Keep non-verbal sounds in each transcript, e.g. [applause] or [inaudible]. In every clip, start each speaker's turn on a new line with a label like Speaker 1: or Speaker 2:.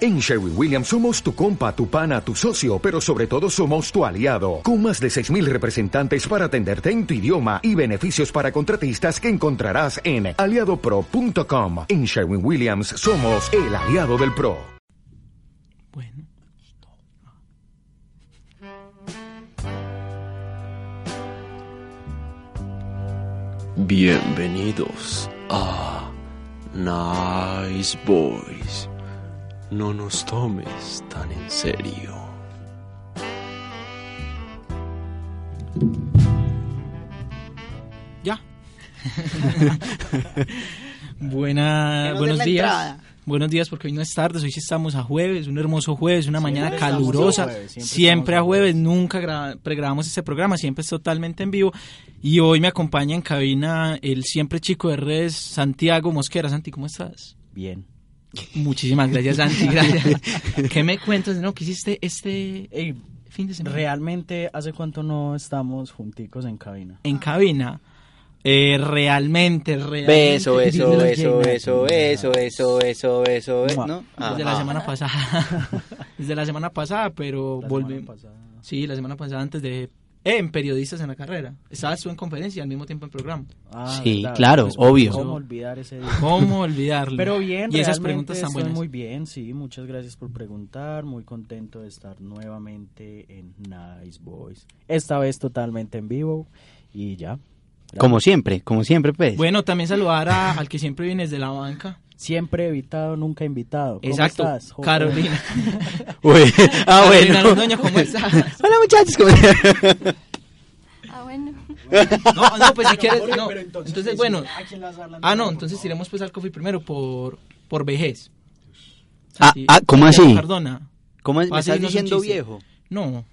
Speaker 1: En Sherwin Williams somos tu compa, tu pana, tu socio, pero sobre todo somos tu aliado, con más de 6.000 representantes para atenderte en tu idioma y beneficios para contratistas que encontrarás en aliadopro.com. En Sherwin Williams somos el aliado del PRO.
Speaker 2: Bueno.
Speaker 3: Bienvenidos a Nice Boys. No nos tomes tan en serio.
Speaker 2: Ya. [laughs] Buena,
Speaker 4: Queremos
Speaker 2: buenos
Speaker 4: ver la
Speaker 2: días.
Speaker 4: entrada.
Speaker 2: Buenos días, porque hoy no es tarde, hoy sí estamos a jueves, un hermoso jueves, una mañana
Speaker 4: estamos a
Speaker 2: calurosa.
Speaker 5: jueves,
Speaker 2: siempre
Speaker 5: siempre
Speaker 2: a
Speaker 5: estamos a
Speaker 2: jueves, nunca gra- pregrabamos este programa, siempre es totalmente en vivo. Y hoy me acompaña en cabina el siempre chico de redes, Santiago Mosquera. Santi, ¿cómo estás?
Speaker 5: Bien.
Speaker 2: Muchísimas gracias, Santi. Gracias. ¿Qué me cuentas? No, ¿qué hiciste este eh, fin de semana?
Speaker 5: Realmente, ¿hace cuánto no estamos junticos en cabina?
Speaker 2: en cabina. Eh, realmente, realmente.
Speaker 6: Beso,
Speaker 2: Desde
Speaker 6: eso,
Speaker 2: la-
Speaker 6: eso, eso, eso, eso, eso, eso, eso,
Speaker 2: Eh,
Speaker 5: Mua.
Speaker 6: ¿no?
Speaker 2: Desde la
Speaker 6: Ajá.
Speaker 2: semana pasada. [laughs] desde la semana pasada, pero
Speaker 5: La semana
Speaker 2: volvimos.
Speaker 5: pasada.
Speaker 2: Sí, la semana pasada antes de... eh, en Periodistas en la Carrera. Estabas tú en conferencia y al mismo tiempo en programa.
Speaker 5: Ah,
Speaker 7: Sí,
Speaker 5: verdad,
Speaker 7: claro,
Speaker 5: pues,
Speaker 7: obvio.
Speaker 5: ¿Cómo olvidar ese día?
Speaker 6: [laughs]
Speaker 2: ¿Cómo olvidarlo?
Speaker 5: Pero bien,
Speaker 2: Y esas
Speaker 5: realmente
Speaker 2: preguntas tan
Speaker 5: estoy
Speaker 2: buenas.
Speaker 5: muy bien, sí, muchas gracias por preguntar, muy contento de estar nuevamente en Nice Boys. Esta vez totalmente en vivo y ya.
Speaker 7: Como siempre, como siempre, pues.
Speaker 2: Bueno, también saludar a- al que siempre viene desde la banca.
Speaker 5: Siempre evitado, nunca invitado. ¿Cómo
Speaker 2: Exacto,
Speaker 5: estás, joven?
Speaker 2: Carolina.
Speaker 7: [laughs] Uy,
Speaker 2: Carolina
Speaker 7: ah, bueno.
Speaker 2: Londoño, ¿cómo estás?
Speaker 7: [laughs] Hola, muchachos. ¿cómo-
Speaker 2: [laughs]
Speaker 4: Ah, bueno.
Speaker 2: No, no, pues si quieres... no.
Speaker 5: Pero
Speaker 2: Entonces,
Speaker 5: sí,
Speaker 2: bueno...
Speaker 5: ¿a quién le vas a dar la
Speaker 2: Ah, no,
Speaker 5: entrada,
Speaker 2: entonces
Speaker 5: por favor?
Speaker 2: iremos pues al coffee primero por, por vejez.
Speaker 7: Ah,
Speaker 2: Santi-
Speaker 7: ah, ¿cómo
Speaker 2: Santiago
Speaker 7: así?
Speaker 2: Cardona.
Speaker 7: ¿Cómo es?
Speaker 2: Va
Speaker 7: me
Speaker 2: a
Speaker 7: estás
Speaker 2: seguirnos un
Speaker 7: diciendo
Speaker 2: chiste.
Speaker 7: viejo?
Speaker 2: No.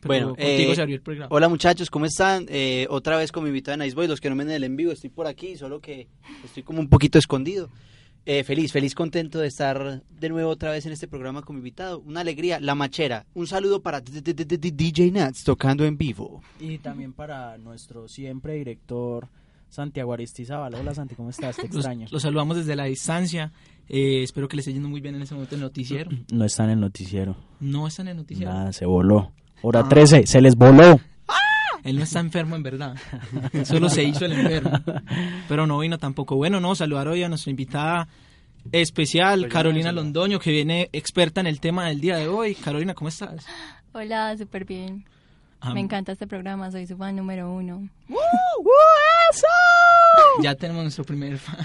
Speaker 2: pero
Speaker 7: Bueno,
Speaker 2: contigo
Speaker 7: eh,
Speaker 2: se abrió el programa.
Speaker 7: hola muchachos, ¿cómo están? Eh, otra vez con mi invitada de Nice Boy, los que no me ven en el en vivo, estoy por aquí, solo que estoy como un poquito escondido. Eh, feliz, feliz, contento de estar de nuevo otra vez en este programa con mi invitado. Una alegría, la machera. Un saludo para D- D- D- D- D- DJ Nats tocando en vivo.
Speaker 5: [laughs] Y también para nuestro siempre director Santiago Aristizábal. Hola Santi, ¿cómo estás? Te
Speaker 2: Los,
Speaker 5: extraño.
Speaker 2: los saludamos desde la distancia. Eh, espero que les esté yendo muy bien en este momento el noticiero.
Speaker 5: No está en el noticiero.
Speaker 2: No está en el noticiero.
Speaker 5: Nada, se voló. Hora 13, se les voló.
Speaker 2: Él no está enfermo en verdad. Solo se hizo el enfermo. Pero no vino tampoco. Bueno, no, saludar hoy a nuestra invitada especial,
Speaker 5: Pues,
Speaker 2: Carolina Londoño, que viene experta en el tema del día de hoy. Carolina, ¿cómo estás?
Speaker 4: Hola, súper bien.
Speaker 2: Ah,
Speaker 4: Me encanta este programa, soy su fan número uno.
Speaker 2: Ya tenemos nuestro primer
Speaker 5: [laughs]
Speaker 2: fan.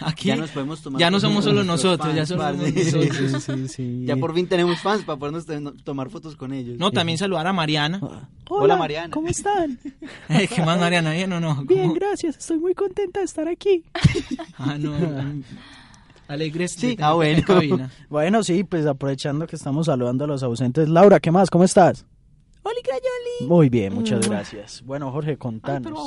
Speaker 2: Aquí
Speaker 7: Ya nos podemos tomar
Speaker 2: ya no
Speaker 7: fotos
Speaker 2: somos
Speaker 7: con
Speaker 2: solo
Speaker 7: nuestros
Speaker 2: nosotros,
Speaker 7: fans,
Speaker 2: ya somos
Speaker 7: parce. [laughs]
Speaker 2: nosotros.
Speaker 5: Sí, sí.
Speaker 7: Ya por fin tenemos fans para podernos te- no- tomar fotos con ellos.
Speaker 2: No, también saludar a Mariana.
Speaker 5: [laughs]
Speaker 2: Eh,
Speaker 7: Hola, Mariana.
Speaker 5: ¿Cómo están?
Speaker 2: ¿Qué más, Mariana? ¿Bien o no? ¿Cómo?
Speaker 5: Bien, gracias. Estoy muy contenta de estar aquí.
Speaker 2: Ah, no. mm, Alegres. de
Speaker 7: Sí,
Speaker 2: tenerte
Speaker 7: ah, bueno.
Speaker 2: en cabina.
Speaker 5: Bueno, sí, pues aprovechando que estamos saludando a los ausentes. Laura, ¿qué más? ¿Cómo estás?
Speaker 2: Oli Crayoli.
Speaker 5: Muy bien, muchas gracias. Bueno, Jorge, contanos.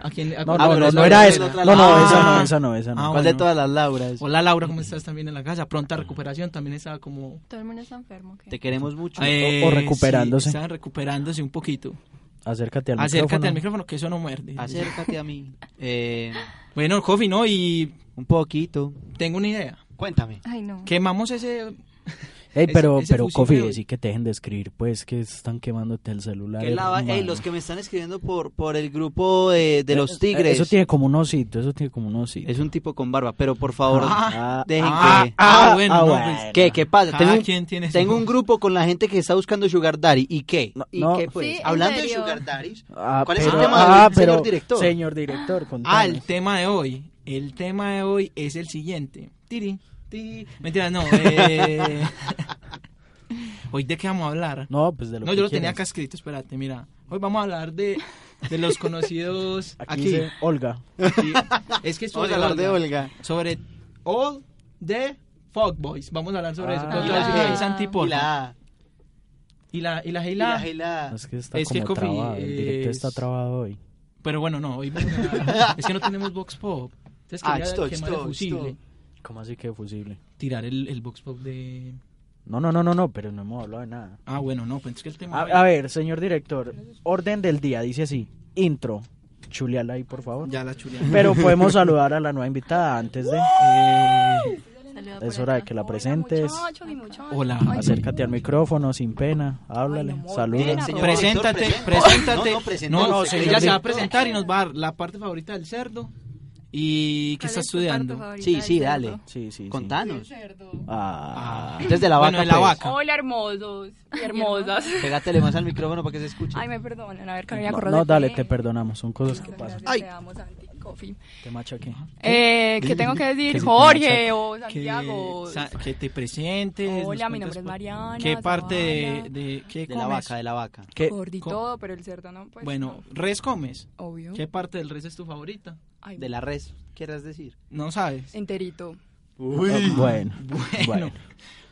Speaker 2: ¿A quién? a-
Speaker 5: No,
Speaker 2: ah,
Speaker 5: no,
Speaker 2: bueno,
Speaker 5: no,
Speaker 2: es
Speaker 5: no
Speaker 2: la
Speaker 5: era
Speaker 2: otra,
Speaker 5: eso.
Speaker 2: la
Speaker 5: No,
Speaker 2: otra.
Speaker 5: no, esa
Speaker 2: Ah.
Speaker 5: no, esa no, esa
Speaker 2: Ah,
Speaker 5: no.
Speaker 7: ¿Cuál de
Speaker 2: bueno.
Speaker 7: todas las Lauras?
Speaker 2: Hola Laura, ¿cómo estás también en la casa? Pronta recuperación, también estaba como...
Speaker 4: Todo el mundo está enfermo. ¿qué?
Speaker 7: Te queremos mucho.
Speaker 2: Eh,
Speaker 5: o recuperándose.
Speaker 2: sí, estaba recuperándose un poquito.
Speaker 5: Acércate al
Speaker 2: Acércate
Speaker 5: micrófono.
Speaker 2: al micrófono que eso no muerde.
Speaker 7: Acércate a mí. Eh,
Speaker 2: Bueno, Coffee, ¿no? Y
Speaker 7: un poquito.
Speaker 2: tengo una idea.
Speaker 7: Cuéntame.
Speaker 4: Ay, no.
Speaker 2: Quemamos ese...
Speaker 5: Ey,
Speaker 2: Ese-
Speaker 5: pero,
Speaker 2: ese
Speaker 5: pero
Speaker 2: fusible
Speaker 5: Kofi,
Speaker 2: hoy.
Speaker 5: sí que te dejen de escribir, pues, que están quemándote el Eh, celular.
Speaker 7: Que lava-
Speaker 5: hermano.
Speaker 7: ey, los que me están escribiendo por, por el grupo eh, de,
Speaker 2: Eh,
Speaker 7: de los tigres.
Speaker 5: Eso tiene como un osito, eso tiene como un osito.
Speaker 7: Es un tipo con barba, pero por favor,
Speaker 2: Ah,
Speaker 7: dejen
Speaker 2: ah,
Speaker 7: que...
Speaker 2: ah, bueno, no, pues,
Speaker 7: ¿Qué, ¿Qué pasa?
Speaker 2: Cada
Speaker 7: Tengo, un-
Speaker 2: quien tiene su-
Speaker 7: tengo un grupo con la gente que está buscando Sugar Daddy. ¿Y qué?
Speaker 5: No,
Speaker 7: ¿Y
Speaker 5: no.
Speaker 7: qué, pues?
Speaker 4: Sí, en
Speaker 7: Hablando de
Speaker 4: serio.
Speaker 7: Sugar Daddy,
Speaker 5: Ah,
Speaker 7: ¿cuál es el
Speaker 5: pero-
Speaker 7: tema
Speaker 5: ah,
Speaker 7: del
Speaker 5: pero,
Speaker 7: señor director?
Speaker 5: Señor director,
Speaker 2: Ah,
Speaker 5: contanos.
Speaker 2: el tema de hoy. El tema de hoy es el siguiente. Tiri, tiri. Mentira, no.
Speaker 7: [laughs]
Speaker 2: eh. Hoy de qué vamos a hablar.
Speaker 5: No, pues de lo
Speaker 2: No,
Speaker 5: que
Speaker 2: yo lo
Speaker 5: quieras.
Speaker 2: tenía acá escrito, espérate, mira. Hoy vamos a hablar de, de los
Speaker 7: [laughs]
Speaker 2: conocidos
Speaker 5: Aquí,
Speaker 2: aquí.
Speaker 5: dice Olga.
Speaker 2: aquí. Es que es
Speaker 7: Vamos
Speaker 2: sobre
Speaker 7: a hablar de
Speaker 2: Olga.
Speaker 7: Olga.
Speaker 2: Sobre all the fuckboys. Vamos a hablar sobre eso.
Speaker 5: Ah.
Speaker 2: Pero te
Speaker 7: Y
Speaker 2: voy a decir,
Speaker 7: la-
Speaker 2: "Hey, Santi,
Speaker 7: Y
Speaker 2: porfa".
Speaker 7: la...
Speaker 2: Y la y la
Speaker 7: Y
Speaker 2: y
Speaker 7: la...
Speaker 2: la-
Speaker 7: y la-
Speaker 5: Es que está
Speaker 2: Es que
Speaker 5: como
Speaker 2: Kofi
Speaker 5: trabado, el director
Speaker 2: es-
Speaker 5: está trabado hoy.
Speaker 2: Pero bueno, no, hoy vamos a
Speaker 7: [laughs]
Speaker 2: hablar- Es que no tenemos Vox Pop. Entonces
Speaker 7: Ah,
Speaker 2: quería
Speaker 7: esto,
Speaker 2: quemar
Speaker 7: esto,
Speaker 2: el fusible.
Speaker 7: esto.
Speaker 5: ¿Cómo así que fusible?
Speaker 2: Tirar el, el Vox Pop de...
Speaker 5: No, no, no, no, no, pero no hemos hablado de nada.
Speaker 2: Ah, bueno, no, pues es que el
Speaker 7: Ah,
Speaker 2: tema...
Speaker 5: A, a ver, señor director, orden del día, dice así, intro. Chuleala ahí, por favor.
Speaker 2: Ya la chulea.
Speaker 5: Pero podemos saludar a la nueva invitada antes de...
Speaker 2: Eh,
Speaker 4: saluda
Speaker 5: Es
Speaker 4: por
Speaker 5: hora de
Speaker 4: acá.
Speaker 5: que la presentes.
Speaker 8: Muchacho, mi muchacho.
Speaker 2: Hola.
Speaker 5: Acércate al micrófono sin pena, háblale,
Speaker 8: muy
Speaker 5: saluda.
Speaker 8: bien, amor.
Speaker 7: Señor
Speaker 2: Preséntate,
Speaker 7: director, presenta.
Speaker 2: preséntate.
Speaker 7: No, no, preséntalo, señor
Speaker 2: ella se va a
Speaker 7: director.
Speaker 2: presentar y nos va a dar la parte favorita del cerdo y que
Speaker 4: ¿Cuál
Speaker 2: está
Speaker 4: es tu parte
Speaker 2: estudiando.
Speaker 4: favorita
Speaker 7: Sí,
Speaker 4: del
Speaker 7: sí,
Speaker 4: cerdo?
Speaker 7: dale.
Speaker 5: Sí, sí, sí.
Speaker 7: Contanos.
Speaker 5: Ah,
Speaker 7: Desde la
Speaker 2: Bueno, de
Speaker 7: vaca.
Speaker 2: la
Speaker 7: pues.
Speaker 2: vaca. [laughs]
Speaker 8: Hola, hermosos. y Hermosas.
Speaker 7: Pégátele más al micrófono para que se escuche.
Speaker 8: Ay, me perdonan, a ver, que no me
Speaker 5: no,
Speaker 8: acuerdo.
Speaker 5: no,
Speaker 8: de
Speaker 5: dale,
Speaker 8: qué.
Speaker 5: te perdonamos, son cosas que
Speaker 8: Muchas
Speaker 5: pasan.
Speaker 8: gracias, Te amo, Santi. Coffee.
Speaker 5: Te machaqué.
Speaker 8: Eh, ¿Qué tengo que
Speaker 5: Que
Speaker 8: decir?
Speaker 5: si te
Speaker 8: Jorge o
Speaker 2: Que,
Speaker 8: Santiago.
Speaker 2: sa- que te presentes.
Speaker 8: Hola,
Speaker 2: nos
Speaker 8: mi
Speaker 2: cuentes
Speaker 8: nombre es
Speaker 2: por-
Speaker 8: Mariana,
Speaker 2: ¿Qué parte de,
Speaker 8: Sabana.
Speaker 2: de- qué
Speaker 7: de la
Speaker 2: comes?
Speaker 7: vaca, de la vaca.
Speaker 5: ¿Qué?
Speaker 8: Gordi
Speaker 2: co-
Speaker 8: todo, pero el cerdo no, pues.
Speaker 2: Bueno, res comes.
Speaker 8: no, obvio.
Speaker 2: ¿Qué parte del res es tu favorita?
Speaker 8: Ay,
Speaker 7: De la res, quieras decir.
Speaker 2: No
Speaker 8: Eh.
Speaker 2: sabes.
Speaker 8: Enterito.
Speaker 5: Ah, Bueno,
Speaker 2: [laughs] Bueno.
Speaker 5: bueno.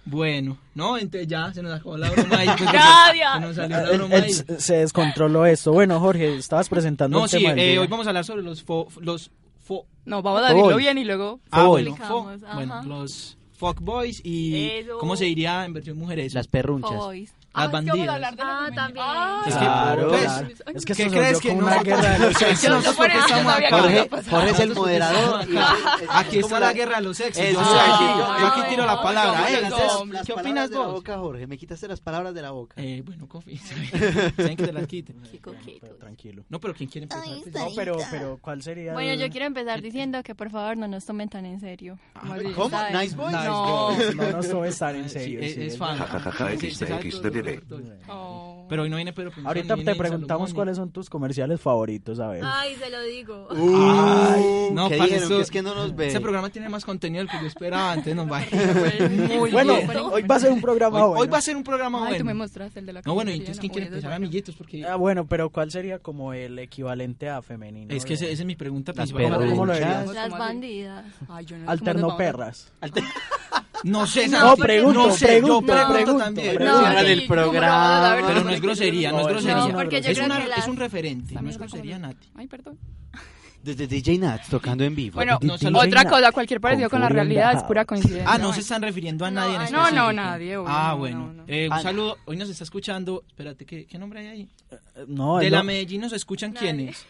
Speaker 2: Bueno, no, entonces ya se nos acabó la broma ahí.
Speaker 8: [laughs]
Speaker 2: pues,
Speaker 8: Nadia.
Speaker 2: se nos salió
Speaker 7: Eh,
Speaker 2: la
Speaker 5: Él-
Speaker 2: broma
Speaker 5: él
Speaker 2: ahí.
Speaker 5: se- Eh, se descontroló esto. Bueno, Jorge, estabas presentando
Speaker 2: No,
Speaker 5: el
Speaker 2: sí,
Speaker 5: tema del
Speaker 2: eh,
Speaker 5: día.
Speaker 2: hoy vamos a hablar sobre los fo- los fo-
Speaker 8: No, vamos a decirlo
Speaker 5: Hoy.
Speaker 8: bien y luego.
Speaker 2: ah, bueno,
Speaker 4: Explicamos,
Speaker 2: fo-
Speaker 4: ajá.
Speaker 2: bueno, los fuckboys y
Speaker 8: Eso.
Speaker 2: ¿cómo se diría en versión mujeres?
Speaker 7: Las perrunchas.
Speaker 4: Boys.
Speaker 8: Ah, es que vamos a
Speaker 2: bandidas.
Speaker 8: hablar de
Speaker 4: Ah,
Speaker 8: las
Speaker 4: también.
Speaker 8: femeninas.
Speaker 2: Es que-
Speaker 5: Claro,
Speaker 2: pues,
Speaker 5: claro. Es que
Speaker 2: ¿Qué
Speaker 5: esto se
Speaker 2: crees
Speaker 5: volvió
Speaker 2: que
Speaker 5: como
Speaker 2: no?
Speaker 5: una guerra de
Speaker 2: [laughs]
Speaker 5: los
Speaker 2: Es que
Speaker 5: sexos.
Speaker 2: nosotros porque estamos
Speaker 8: Yo
Speaker 2: acá.
Speaker 8: sabía
Speaker 7: Jorge, Jorge es el moderador. y-
Speaker 2: Aquí
Speaker 7: ¿Cómo
Speaker 2: está
Speaker 7: era?
Speaker 2: la guerra de los sexos.
Speaker 7: Eso,
Speaker 2: Yo,
Speaker 7: sí,
Speaker 2: aquí,
Speaker 7: sí.
Speaker 2: yo aquí tiro la
Speaker 8: No,
Speaker 2: palabra.
Speaker 8: no,
Speaker 2: eh,
Speaker 8: no,
Speaker 7: Las-
Speaker 2: entonces,
Speaker 8: no.
Speaker 7: las
Speaker 2: ¿Qué
Speaker 7: palabras
Speaker 2: opinas
Speaker 7: de la
Speaker 2: vos?
Speaker 7: boca, Jorge, me quitaste las palabras de la boca.
Speaker 2: Eh, bueno, coffee. Saben que te las quiten.
Speaker 5: Pero Tranquilo.
Speaker 2: No, pero ¿quién quiere empezar? pues?
Speaker 5: No, pero, pero ¿cuál sería?
Speaker 4: Bueno,
Speaker 5: el-
Speaker 4: yo quiero empezar diciendo que por favor no nos tomen tan en serio. Como bien
Speaker 7: ¿Cómo?
Speaker 4: saben.
Speaker 7: Nice boys.
Speaker 2: Nice
Speaker 4: no.
Speaker 5: No nos tomes tan en
Speaker 2: Sí,
Speaker 5: serio.
Speaker 2: es,
Speaker 5: sí,
Speaker 2: es
Speaker 5: es-
Speaker 2: fan.
Speaker 1: Jajaja,
Speaker 2: Sí, se sabe
Speaker 1: XD,
Speaker 2: todo,
Speaker 1: bebé.
Speaker 2: todo, todo.
Speaker 8: Oh.
Speaker 2: Pero hoy no viene Pedro Pinzón,
Speaker 5: Ahorita
Speaker 2: ni
Speaker 5: te
Speaker 2: viene
Speaker 5: preguntamos
Speaker 2: Salomón,
Speaker 5: cuáles son tus comerciales favoritos, a ver.
Speaker 8: Ay, se lo digo.
Speaker 7: Ay,
Speaker 2: no,
Speaker 7: ¿qué
Speaker 2: parce,
Speaker 7: dijeron?
Speaker 2: eso-
Speaker 7: Que es que no nos
Speaker 2: ni-
Speaker 7: ve.
Speaker 2: Este programa tiene más contenido del que yo esperaba antes, nos va. [laughs]
Speaker 8: Muy
Speaker 5: bueno,
Speaker 8: bien.
Speaker 5: hoy va a ser un programa
Speaker 2: Hoy,
Speaker 5: bueno.
Speaker 2: hoy va a ser un programa
Speaker 8: Ay, tú me
Speaker 2: Ah, bueno.
Speaker 8: mostraste el de la
Speaker 2: No, bueno, ¿y
Speaker 8: cafetería,
Speaker 2: entonces quién
Speaker 8: no,
Speaker 2: quiere
Speaker 8: eso es
Speaker 2: empezar,
Speaker 8: bueno.
Speaker 2: amiguitos? Porque
Speaker 5: Ah, bueno, pero ¿cuál sería como el equivalente a femenino?
Speaker 2: es que ese-
Speaker 5: de-
Speaker 2: esa es mi pregunta
Speaker 7: Las
Speaker 2: principal.
Speaker 7: perras.
Speaker 5: ¿Cómo lo
Speaker 7: Las
Speaker 5: dirías?
Speaker 4: Las bandidas.
Speaker 8: Ay, yo no sé cómo nos
Speaker 5: Alterno
Speaker 8: vamos a-
Speaker 5: perras.
Speaker 2: No sé,
Speaker 5: No,
Speaker 2: Santi,
Speaker 5: pregunto,
Speaker 2: no sé,
Speaker 5: pregunto,
Speaker 2: yo pregunto
Speaker 5: pregunto,
Speaker 2: también.
Speaker 5: pregunto.
Speaker 4: No,
Speaker 7: Cierran
Speaker 4: sí,
Speaker 7: el
Speaker 8: ¿cómo lo van a
Speaker 7: programa.
Speaker 8: saber?
Speaker 2: Pero no es grosería, no es
Speaker 5: No,
Speaker 2: grosería.
Speaker 5: no, porque yo
Speaker 2: es,
Speaker 5: creo
Speaker 2: una-
Speaker 4: que las-
Speaker 2: es un referente, no es
Speaker 4: está como-
Speaker 2: grosería, Nati.
Speaker 8: Ay, perdón.
Speaker 7: Desde DJ Nats tocando en vivo.
Speaker 8: Bueno,
Speaker 5: no, saludos.
Speaker 8: otra cosa, cualquier parecido con la
Speaker 5: Confunden
Speaker 8: realidad
Speaker 5: dados.
Speaker 8: es pura coincidencia.
Speaker 2: Ah, no se están refiriendo a
Speaker 4: No,
Speaker 2: nadie en
Speaker 4: a-
Speaker 8: no,
Speaker 2: específico.
Speaker 8: no, nadie, obvio,
Speaker 2: Ah,
Speaker 8: no,
Speaker 2: bueno.
Speaker 8: no, no.
Speaker 2: Eh, un
Speaker 7: Ana.
Speaker 2: saludo. Hoy nos está escuchando. Espérate, ¿qué, qué nombre hay ahí?
Speaker 5: Eh, No,
Speaker 2: de
Speaker 5: el-
Speaker 2: la Medellín nos escuchan quiénes.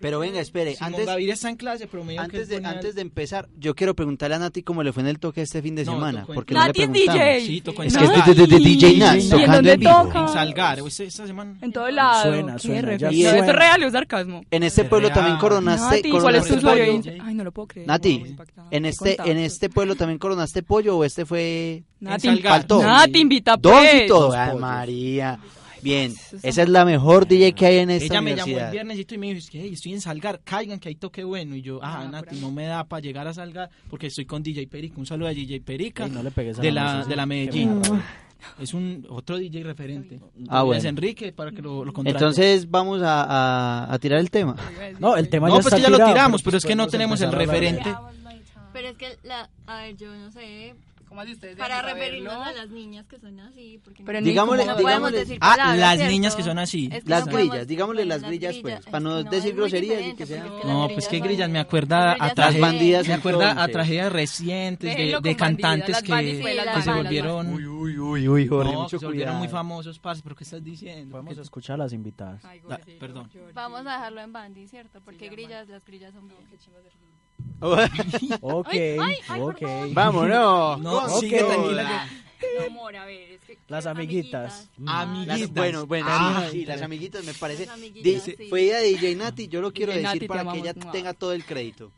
Speaker 7: Pero venga, espere.
Speaker 2: Simón
Speaker 7: Antes,
Speaker 2: Gaviria está en clase, pero medio
Speaker 7: antes, de, antes de empezar, yo quiero preguntarle a Nati cómo le fue en el toque este fin de
Speaker 2: No,
Speaker 7: semana.
Speaker 2: tocó en-
Speaker 7: Porque no le
Speaker 8: Nati es
Speaker 7: preguntamos.
Speaker 8: DJ.
Speaker 2: Sí, tocó en
Speaker 7: Es que es
Speaker 2: Salgar.
Speaker 7: de, de- de- de DJ Nats
Speaker 5: ¿Y en
Speaker 7: tocando
Speaker 8: dónde
Speaker 7: en vivo.
Speaker 8: toca?
Speaker 2: En Salgar, o este- esta semana.
Speaker 8: En todo lado.
Speaker 5: Suena,
Speaker 8: Qué
Speaker 5: suena,
Speaker 8: refe-
Speaker 5: ya
Speaker 8: No,
Speaker 7: suena.
Speaker 8: Esto es real, o es sarcasmo.
Speaker 7: En este pueblo
Speaker 2: Real.
Speaker 7: también coronaste.
Speaker 8: Nati, ¿cuál es tu
Speaker 7: coronaste
Speaker 8: usuario de
Speaker 7: pollo.
Speaker 8: Instagram? Ay, no lo puedo creer.
Speaker 7: Nati,
Speaker 8: no, impactada.
Speaker 7: en
Speaker 8: Qué
Speaker 7: este, en
Speaker 8: contacto.
Speaker 7: este pueblo también coronaste pollo o este fue
Speaker 8: Nati,
Speaker 2: En Salgar.
Speaker 7: Faltó.
Speaker 8: Nati, invita
Speaker 7: dos y
Speaker 8: pues.
Speaker 7: todo. Ay, María. Bien, esa es la mejor DJ que hay en esta
Speaker 2: Ella me llamó el
Speaker 7: universidad.
Speaker 2: viernesito y me dijo, es que hey, estoy en Salgar, caigan que hay toque bueno. Y yo, ah,
Speaker 8: Ah,
Speaker 2: Nati,
Speaker 8: pura
Speaker 2: no me da para llegar a Salgar porque estoy con DJ Perica. Un saludo a DJ Perica
Speaker 5: Ey, no le pegues a
Speaker 2: de,
Speaker 5: la
Speaker 2: la,
Speaker 5: mesa,
Speaker 2: de la
Speaker 5: que me
Speaker 2: Medellín.
Speaker 5: agarra.
Speaker 2: Es un otro DJ referente.
Speaker 7: Ah, bueno.
Speaker 2: Es Enrique para que lo, lo contraten.
Speaker 7: Entonces vamos a, a- a tirar el tema. [laughs]
Speaker 5: No, el tema
Speaker 2: no,
Speaker 5: ya
Speaker 2: pues
Speaker 5: está
Speaker 2: que ya lo
Speaker 5: tirado,
Speaker 2: tiramos,
Speaker 5: pues
Speaker 2: pero es que no
Speaker 5: podemos
Speaker 2: tenemos el
Speaker 5: empezar a hablar.
Speaker 2: referente.
Speaker 4: Pero es que, la, a ver, yo no sé.
Speaker 8: ¿Cómo así ustedes
Speaker 4: Para
Speaker 8: dejan
Speaker 4: referirnos
Speaker 8: saberlo?
Speaker 4: a las niñas que son así. Porque no-
Speaker 8: Pero ni
Speaker 7: Digámosle-
Speaker 8: cómo-
Speaker 4: no
Speaker 7: digámosle-
Speaker 4: podemos decir
Speaker 2: Ah,
Speaker 4: palabras,
Speaker 2: las
Speaker 4: ¿cierto?
Speaker 2: niñas que son así.
Speaker 4: Es que
Speaker 7: Las
Speaker 4: no podemos-
Speaker 7: grillas, digámosle
Speaker 4: bueno,
Speaker 7: las grillas, pues, para no
Speaker 4: es que
Speaker 7: decir
Speaker 4: es
Speaker 7: groserías y
Speaker 4: muy
Speaker 7: que sea-
Speaker 4: diferente, porque
Speaker 2: No,
Speaker 4: las
Speaker 2: pues que
Speaker 4: son-
Speaker 2: grillas me acuerda
Speaker 4: Grillas
Speaker 2: a
Speaker 4: son
Speaker 2: traje-
Speaker 7: Las bandidas
Speaker 2: Me acuerda a
Speaker 7: entonces.
Speaker 2: tragedias recientes de,
Speaker 8: Déjenlo
Speaker 2: de
Speaker 8: con
Speaker 2: cantantes
Speaker 8: bandidas,
Speaker 2: que,
Speaker 8: las bandidas,
Speaker 2: que
Speaker 4: las
Speaker 2: se
Speaker 4: bandas.
Speaker 2: volvieron,
Speaker 7: uy, uy, uy,
Speaker 2: no, que se volvieron muy famosos, parce, pero ¿qué estás diciendo?
Speaker 5: Vamos
Speaker 2: ¿Qué-
Speaker 5: a escuchar a las invitadas.
Speaker 8: Ay,
Speaker 2: Da-
Speaker 8: güey,
Speaker 2: perdón.
Speaker 4: Vamos a dejarlo en bandy, ¿cierto? Porque grillas, las grillas son bien.
Speaker 5: Ok, ok.
Speaker 7: Vámonos.
Speaker 2: No,
Speaker 5: Ok.
Speaker 2: sigue tranquila.
Speaker 8: No, amor, a ver, es que...
Speaker 5: Las amiguitas.
Speaker 2: Amiguitas. Ah,
Speaker 7: Las- bueno, bueno,
Speaker 2: Ay,
Speaker 7: sí, sí, las amiguitas me parece.
Speaker 4: Las amiguitas,
Speaker 7: Di-
Speaker 4: sí.
Speaker 7: Fue idea de DJ Nati, yo lo quiero
Speaker 8: DJ
Speaker 7: decir
Speaker 8: Nati, te
Speaker 7: para que
Speaker 8: amamos,
Speaker 7: ella
Speaker 8: mua.
Speaker 7: tenga todo el crédito.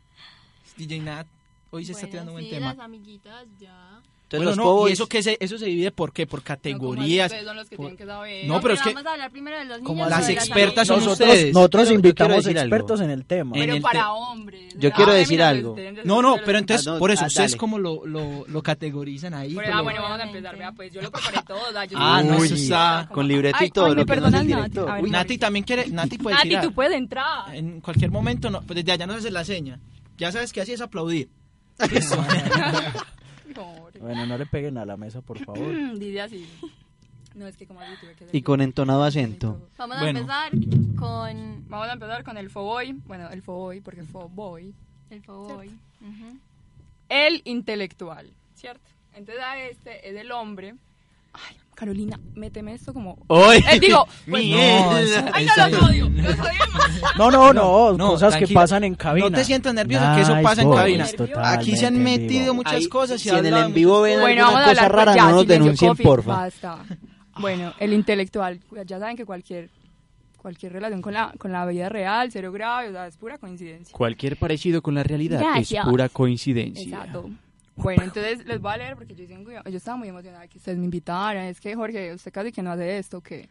Speaker 2: DJ Nat, hoy se está
Speaker 4: Bueno,
Speaker 2: tirando un buen
Speaker 4: sí,
Speaker 2: tema.
Speaker 4: las amiguitas ya.
Speaker 7: Entonces
Speaker 2: bueno, no,
Speaker 7: los pobres-
Speaker 2: y eso que se, eso se divide por qué, por categorías.
Speaker 8: Son los que
Speaker 2: por-
Speaker 8: tienen que saber.
Speaker 2: No, pero es que
Speaker 4: vamos a hablar primero de los
Speaker 5: ¿Cómo
Speaker 4: niños.
Speaker 5: así?
Speaker 2: las
Speaker 5: Las
Speaker 2: expertas son
Speaker 5: nosotros
Speaker 2: ustedes.
Speaker 5: nosotros
Speaker 7: Yo quiero- yo
Speaker 5: invitamos
Speaker 7: quiero decir
Speaker 5: expertos
Speaker 7: algo.
Speaker 5: en el tema.
Speaker 2: En
Speaker 8: Pero
Speaker 2: el te-
Speaker 8: para hombres.
Speaker 7: Yo
Speaker 8: Ah,
Speaker 7: quiero
Speaker 8: mira,
Speaker 7: decir
Speaker 8: pues,
Speaker 7: algo.
Speaker 8: ustedes-
Speaker 2: No, no,
Speaker 8: ustedes-
Speaker 2: pero entonces,
Speaker 7: Ah, no,
Speaker 2: por eso,
Speaker 7: ah,
Speaker 2: ustedes
Speaker 7: dale.
Speaker 2: cómo lo, lo, lo categorizan ahí.
Speaker 8: Pero,
Speaker 2: pero-
Speaker 8: ah, bueno, vamos a
Speaker 4: Obviamente.
Speaker 8: empezar, vea, pues yo lo preparé todo. da, yo
Speaker 2: Ah,
Speaker 8: soy-
Speaker 2: no,
Speaker 7: Uy,
Speaker 2: eso está.
Speaker 7: Con libreto y
Speaker 8: Ay,
Speaker 7: todo.
Speaker 8: ay, me
Speaker 7: lo que nos
Speaker 8: perdonas,
Speaker 7: el
Speaker 8: Nati.
Speaker 7: director.
Speaker 8: A ver,
Speaker 7: Uy,
Speaker 2: Nati también quiere, Nati puede
Speaker 8: Ah, Nati,
Speaker 2: tirar.
Speaker 8: tú puedes entrar.
Speaker 2: En cualquier momento, no, pues desde allá no se hace la seña. Ya sabes que así es aplaudir.
Speaker 8: No, re-
Speaker 5: Bueno, no le peguen a la mesa, por
Speaker 2: [laughs]
Speaker 5: favor.
Speaker 8: Dice así. No, es que como así tuve que hacer
Speaker 7: Y con entonado acento.
Speaker 4: Vamos a
Speaker 2: Bueno.
Speaker 4: empezar con
Speaker 8: Vamos a empezar con el Foboy. Bueno, el Foboy, porque Foboy.
Speaker 4: el Foboy. Ujú.
Speaker 8: El intelectual, ¿cierto? Entonces a este es el hombre Ay, Carolina, méteme esto como.
Speaker 7: Hoy.
Speaker 2: [laughs]
Speaker 8: Eh, digo, pues,
Speaker 2: no, es-
Speaker 8: Ay,
Speaker 2: es
Speaker 8: no,
Speaker 2: ahí.
Speaker 8: los odio. Los odio demasiado.
Speaker 5: No, no, no,
Speaker 2: No,
Speaker 5: cosas que
Speaker 2: tranquila.
Speaker 5: pasan en cabina.
Speaker 2: No te sientas nervioso, que eso pasa en
Speaker 5: boys,
Speaker 2: cabina.
Speaker 5: totalmente
Speaker 2: Aquí se han
Speaker 5: en vivo. Eh,
Speaker 2: metido muchas
Speaker 7: Ahí,
Speaker 2: cosas y
Speaker 7: si en el
Speaker 2: hablado
Speaker 7: en vivo ven
Speaker 8: Bueno, vamos
Speaker 7: alguna
Speaker 8: a
Speaker 7: cosa
Speaker 8: hablar.
Speaker 7: rara,
Speaker 8: pues, ya,
Speaker 7: no nos
Speaker 8: silencio,
Speaker 7: denuncien,
Speaker 8: coffee,
Speaker 7: porfa.
Speaker 8: basta. Bueno, el intelectual. Ya saben que cualquier cualquier relación con la, con la vida real, cero grave, o sea, es pura coincidencia.
Speaker 9: Cualquier parecido con la realidad
Speaker 8: Gracias.
Speaker 9: es pura coincidencia.
Speaker 8: Exacto. Bueno, entonces les voy a leer porque yo, hice un guión. yo estaba muy emocionada que ustedes me invitaran. Es que, Jorge, usted casi que no hace esto, que